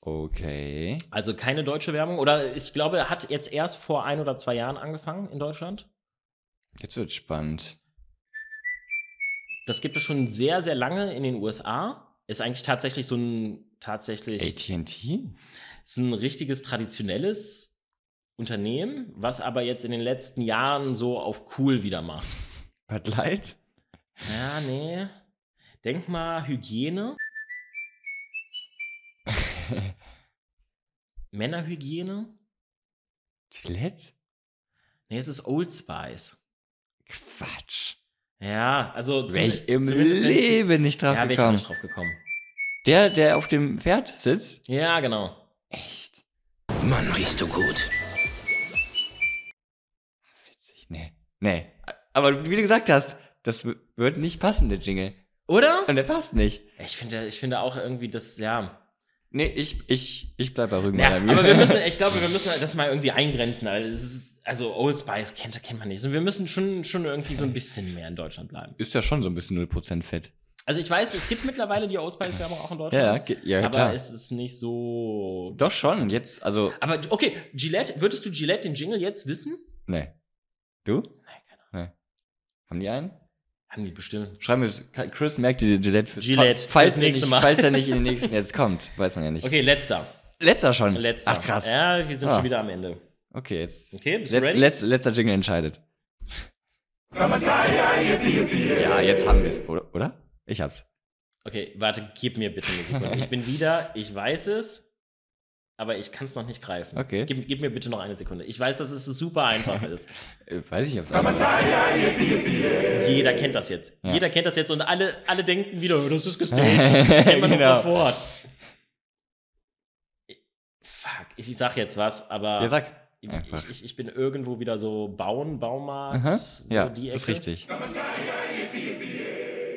Speaker 1: Okay.
Speaker 2: Also keine deutsche Werbung. Oder ich glaube, hat jetzt erst vor ein oder zwei Jahren angefangen in Deutschland.
Speaker 1: Jetzt wird's spannend.
Speaker 2: Das gibt es schon sehr, sehr lange in den USA. Ist eigentlich tatsächlich so ein tatsächlich.
Speaker 1: AT&T?
Speaker 2: ist ein richtiges traditionelles Unternehmen, was aber jetzt in den letzten Jahren so auf cool wieder macht.
Speaker 1: Bud Light?
Speaker 2: Ja, nee. Denk
Speaker 1: [laughs]
Speaker 2: mal Hygiene. Männerhygiene?
Speaker 1: Gillette?
Speaker 2: Nee, es ist Old Spice.
Speaker 1: Quatsch.
Speaker 2: Ja, also
Speaker 1: Wäre ich im
Speaker 2: zumindest wenn's-
Speaker 1: Leben nicht drauf
Speaker 2: Ja, wäre ich auch
Speaker 1: gekommen.
Speaker 2: nicht drauf gekommen.
Speaker 1: Der, der auf dem Pferd sitzt?
Speaker 2: Ja, genau.
Speaker 1: Echt?
Speaker 3: Mann, riechst du gut.
Speaker 1: Witzig. Nee. Nee. Aber wie du gesagt hast, das w- wird nicht passen, der Jingle.
Speaker 2: Oder?
Speaker 1: Und der passt nicht.
Speaker 2: Ich finde, ich finde auch irgendwie das, ja.
Speaker 1: Nee, ich, ich, ich bleib bei
Speaker 2: Ja,
Speaker 1: Rügenwalder Mühle.
Speaker 2: aber wir
Speaker 1: [laughs]
Speaker 2: müssen, ich glaube, wir müssen das mal irgendwie eingrenzen. Also, es ist, also Old Spice kennt, kennt man nicht. So, wir müssen schon, schon irgendwie so ein bisschen mehr in Deutschland bleiben.
Speaker 1: Ist ja schon so ein bisschen 0% Fett.
Speaker 2: Also ich weiß, es gibt mittlerweile die Old Spice-Werbung auch in
Speaker 1: Ja,
Speaker 2: Deutschland.
Speaker 1: ge- ja
Speaker 2: aber
Speaker 1: klar.
Speaker 2: es ist nicht so.
Speaker 1: Doch schon. Jetzt, also,
Speaker 2: Aber okay, Gillette, würdest du Gillette den Jingle jetzt wissen?
Speaker 1: nee. Du?
Speaker 2: Nein, keine Ahnung.
Speaker 1: Haben die einen?
Speaker 2: Haben die bestimmt.
Speaker 1: Schreiben wir, Chris merkt die Gillette. fürs-
Speaker 2: Gillette,
Speaker 1: Falls,
Speaker 2: fürs
Speaker 1: er
Speaker 2: nächste
Speaker 1: nicht,
Speaker 2: Mal.
Speaker 1: falls er nicht in
Speaker 2: [laughs]
Speaker 1: den nächsten jetzt kommt, weiß man ja nicht.
Speaker 2: Okay, letzter.
Speaker 1: Letzter schon.
Speaker 2: Letzter.
Speaker 1: Ach krass.
Speaker 2: Ja, wir sind
Speaker 1: Ah.
Speaker 2: schon wieder am Ende.
Speaker 1: Okay, jetzt.
Speaker 2: Okay, bist du
Speaker 1: Let,
Speaker 2: ready?
Speaker 1: letz, letzter Jingle entscheidet. Ja, jetzt haben wir es, oder? oder? Ich hab's.
Speaker 2: Okay, warte, gib mir bitte eine Sekunde. Ich bin wieder, ich weiß es, aber ich kann es noch nicht greifen.
Speaker 1: Okay.
Speaker 2: Gib, gib mir bitte noch eine Sekunde. Ich weiß, dass es super einfach ist.
Speaker 1: Äh, Weiß ich nicht, ob's einfach ist.
Speaker 2: Jeder kennt das jetzt.
Speaker 1: Ja.
Speaker 2: Jeder kennt das jetzt und alle, alle denken wieder, das
Speaker 1: [laughs]
Speaker 2: ist gestaged. kennt man
Speaker 1: Genau.
Speaker 2: doch sofort. Fuck, ich, ich sag jetzt was, aber
Speaker 1: Ja, sag.
Speaker 2: ich,
Speaker 1: Einfach.
Speaker 2: ich, ich bin irgendwo wieder so Bauen, Baumarkt,
Speaker 1: Aha.
Speaker 2: so
Speaker 1: ja,
Speaker 2: die
Speaker 1: das ist
Speaker 2: Ecke.
Speaker 1: richtig.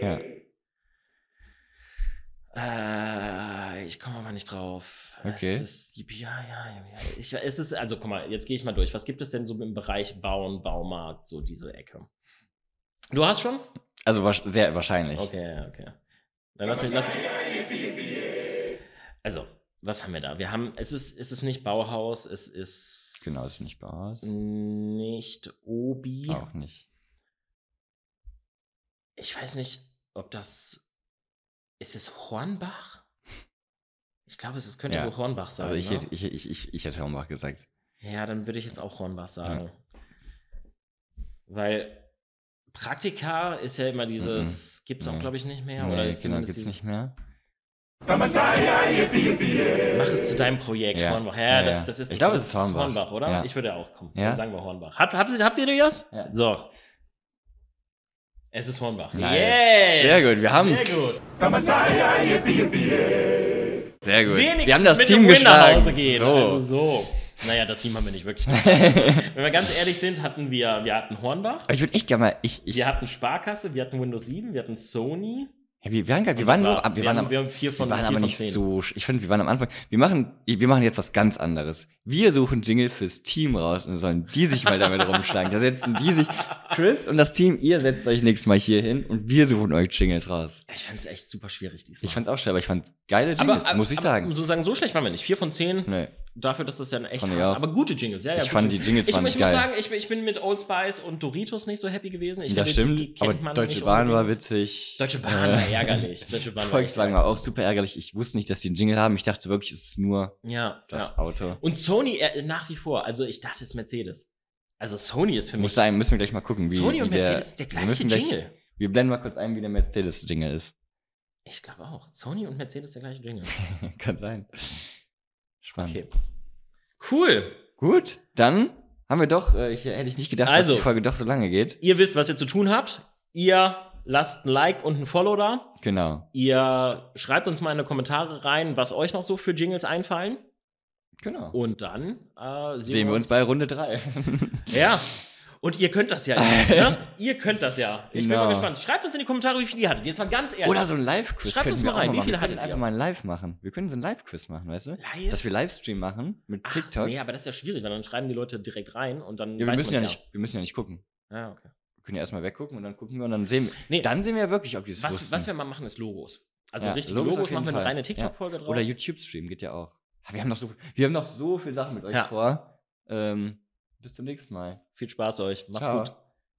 Speaker 1: Ja.
Speaker 2: Äh, ich komme aber nicht drauf.
Speaker 1: Okay.
Speaker 2: Es ist, ja, ja, ja. ja. Ich, es ist, also guck mal, jetzt gehe ich mal durch. Was gibt es denn so im Bereich Bauen, Baumarkt, so diese Ecke? Du hast schon?
Speaker 1: Also wasch- sehr wahrscheinlich.
Speaker 2: Okay, ja, okay. Dann lass mich, lass mich. Also, was haben wir da? Wir haben, es ist, es ist nicht Bauhaus, es ist.
Speaker 1: Genau, ist nicht Bauhaus. Oh.
Speaker 2: Nicht Obi.
Speaker 1: Auch nicht.
Speaker 2: Ich weiß nicht, ob das. Ist es Hornbach? Ich glaube, es es könnte
Speaker 1: Ja.
Speaker 2: so Hornbach sein.
Speaker 1: Also ich,
Speaker 2: ne?
Speaker 1: hätte, ich, ich, ich, ich hätte Hornbach gesagt.
Speaker 2: Ja, dann würde ich jetzt auch Hornbach sagen. Weil Praktika ist ja immer dieses, gibt's auch,
Speaker 1: Mhm.
Speaker 2: glaube ich, nicht mehr.
Speaker 1: Ja,
Speaker 2: oder
Speaker 1: nee,
Speaker 2: ist
Speaker 1: genau,
Speaker 2: zumindest
Speaker 1: gibt's nicht
Speaker 2: dieses-
Speaker 1: mehr.
Speaker 2: Mach es zu deinem Projekt,
Speaker 1: Ja.
Speaker 2: Hornbach. Ja,
Speaker 1: Ja,
Speaker 2: das,
Speaker 1: ja.
Speaker 2: das ist,
Speaker 1: Ich
Speaker 2: das
Speaker 1: glaube,
Speaker 2: ist
Speaker 1: es ist Hornbach.
Speaker 2: oder?
Speaker 1: Ja.
Speaker 2: Ich würde auch kommen.
Speaker 1: Ja.
Speaker 2: Dann sagen wir Hornbach. Habt, habt, habt ihr das?
Speaker 1: Ja.
Speaker 2: So. Es ist Hornbach.
Speaker 1: Nice. Sehr gut, wir haben's.
Speaker 2: Sehr gut.
Speaker 1: Sehr gut.
Speaker 2: Wenigstens
Speaker 1: wir haben das
Speaker 2: mit
Speaker 1: Team
Speaker 2: einem Win
Speaker 1: geschlagen.
Speaker 2: nach Hause gehen.
Speaker 1: So.
Speaker 2: Also so. Naja, das Team haben wir nicht
Speaker 1: [laughs]
Speaker 2: wirklich. geschlagen. Wenn wir ganz ehrlich sind, hatten wir, wir hatten Hornbach,
Speaker 1: Aber ich würde echt gerne mal. Ich, ich,
Speaker 2: wir hatten Sparkasse, wir hatten Windows 7, wir hatten Sony.
Speaker 1: ja, wir, wir waren, grad- wir
Speaker 2: Und
Speaker 1: waren
Speaker 2: das
Speaker 1: nur.
Speaker 2: war's.
Speaker 1: ab- Wir
Speaker 2: wir
Speaker 1: waren
Speaker 2: haben,
Speaker 1: am-
Speaker 2: wir haben vier
Speaker 1: Wir
Speaker 2: von
Speaker 1: waren
Speaker 2: vier
Speaker 1: aber
Speaker 2: von
Speaker 1: nicht
Speaker 2: zehn.
Speaker 1: so. sch- Ich finde, wir waren am Anfang. Wir machen, wir machen jetzt was ganz anderes. Wir suchen Jingle fürs Team raus und sollen die sich mal damit rumschlagen. Da setzen die sich. Chris und das Team, ihr setzt euch nächstes Mal hier hin und wir suchen euch Jingles raus.
Speaker 2: Ich fand es echt super schwierig diesmal.
Speaker 1: Ich fand's auch schwer, aber ich fand's geile Jingles, muss ich sagen.
Speaker 2: So, um sagen. so schlecht waren wir nicht. Vier von zehn.
Speaker 1: Nee.
Speaker 2: Dafür, dass das ja ein echt
Speaker 1: Fand ich
Speaker 2: hart,
Speaker 1: auch.
Speaker 2: aber gute Jingles. Ja, ja,
Speaker 1: Ich
Speaker 2: gute
Speaker 1: fand die Jingles
Speaker 2: ich,
Speaker 1: waren
Speaker 2: ich muss
Speaker 1: geil.
Speaker 2: sagen, ich, ich bin mit Old Spice und Doritos nicht so happy gewesen. Ich
Speaker 1: ja,
Speaker 2: finde, die
Speaker 1: stimmt.
Speaker 2: kennt
Speaker 1: Aber
Speaker 2: man
Speaker 1: Deutsche
Speaker 2: nicht
Speaker 1: Bahn war
Speaker 2: unbedingt.
Speaker 1: witzig.
Speaker 2: Deutsche Bahn war
Speaker 1: [laughs]
Speaker 2: ärgerlich. Deutsche Bahn
Speaker 1: Volkswagen
Speaker 2: war
Speaker 1: war auch super ärgerlich. Ich wusste nicht, dass die einen Jingle haben. Ich dachte wirklich, es ist nur
Speaker 2: ärgerlich. Ja,
Speaker 1: das
Speaker 2: ja.
Speaker 1: Auto.
Speaker 2: Und Sony äh, nach wie vor. Also ich dachte, es ist Mercedes. Also Sony ist für mich.
Speaker 1: Muss sein, müssen wir gleich mal gucken, wie,
Speaker 2: Sony
Speaker 1: wie
Speaker 2: und Mercedes ist der
Speaker 1: wir
Speaker 2: gleiche
Speaker 1: müssen gleich-
Speaker 2: Jingle.
Speaker 1: Wir blenden mal kurz ein, wie der Mercedes-Jingle ist. [laughs]
Speaker 2: Ich glaube auch. Sony und Mercedes der gleiche Jingle.
Speaker 1: Kann sein. Spannend.
Speaker 2: Okay. Cool.
Speaker 1: Gut, dann haben wir doch, äh, ich, hätte ich nicht gedacht,
Speaker 2: Also.
Speaker 1: dass die Folge doch so lange geht.
Speaker 2: Ihr wisst, was ihr zu tun habt. Ihr lasst ein Like und ein Follow da.
Speaker 1: Genau.
Speaker 2: Ihr schreibt uns mal in die Kommentare rein, was euch noch so für Jingles einfallen.
Speaker 1: Genau.
Speaker 2: Und dann äh,
Speaker 1: Sehen wir uns bei Runde 3.
Speaker 2: Ja. Und ihr könnt das ja.
Speaker 1: [laughs]
Speaker 2: ne? Ihr könnt das ja. Ich bin
Speaker 1: Genau.
Speaker 2: mal gespannt. Schreibt uns in die Kommentare, wie viele ihr hattet. Jetzt mal ganz ehrlich.
Speaker 1: Oder so ein Live-Quiz.
Speaker 2: Schreibt
Speaker 1: könnten
Speaker 2: uns
Speaker 1: wir
Speaker 2: mal
Speaker 1: auch
Speaker 2: rein, wie
Speaker 1: machen.
Speaker 2: viele
Speaker 1: wir
Speaker 2: hattet
Speaker 1: können einfach
Speaker 2: ihr?
Speaker 1: mal ein Live machen. Wir können so ein Live-Quiz machen, weißt du?
Speaker 2: Live?
Speaker 1: Dass wir Livestream machen mit
Speaker 2: Ach,
Speaker 1: TikTok.
Speaker 2: Nee, aber das ist ja schwierig, weil dann schreiben die Leute direkt rein und dann.
Speaker 1: ja, wir
Speaker 2: weiß
Speaker 1: müssen ja
Speaker 2: man's
Speaker 1: nicht, wir müssen ja nicht gucken.
Speaker 2: Ja, ah, okay.
Speaker 1: Wir können ja erstmal weggucken und dann gucken wir und dann sehen wir.
Speaker 2: [laughs] Nee.
Speaker 1: Dann sehen wir ja wirklich, ob die es
Speaker 2: Was,
Speaker 1: wussten.
Speaker 2: was wir mal machen, ist Logos. Also
Speaker 1: Ja,
Speaker 2: richtig
Speaker 1: Logos
Speaker 2: Logos,
Speaker 1: auf jeden
Speaker 2: machen wir eine
Speaker 1: Fall.
Speaker 2: reine TikTok-Folge draus.
Speaker 1: Oder YouTube-Stream geht ja auch. Ah, Wir haben noch so, wir haben noch so viel Sachen mit euch
Speaker 2: Ja.
Speaker 1: vor. Ähm, bis zum nächsten Mal.
Speaker 2: Viel Spaß euch. Macht's
Speaker 1: Ciao.
Speaker 2: gut.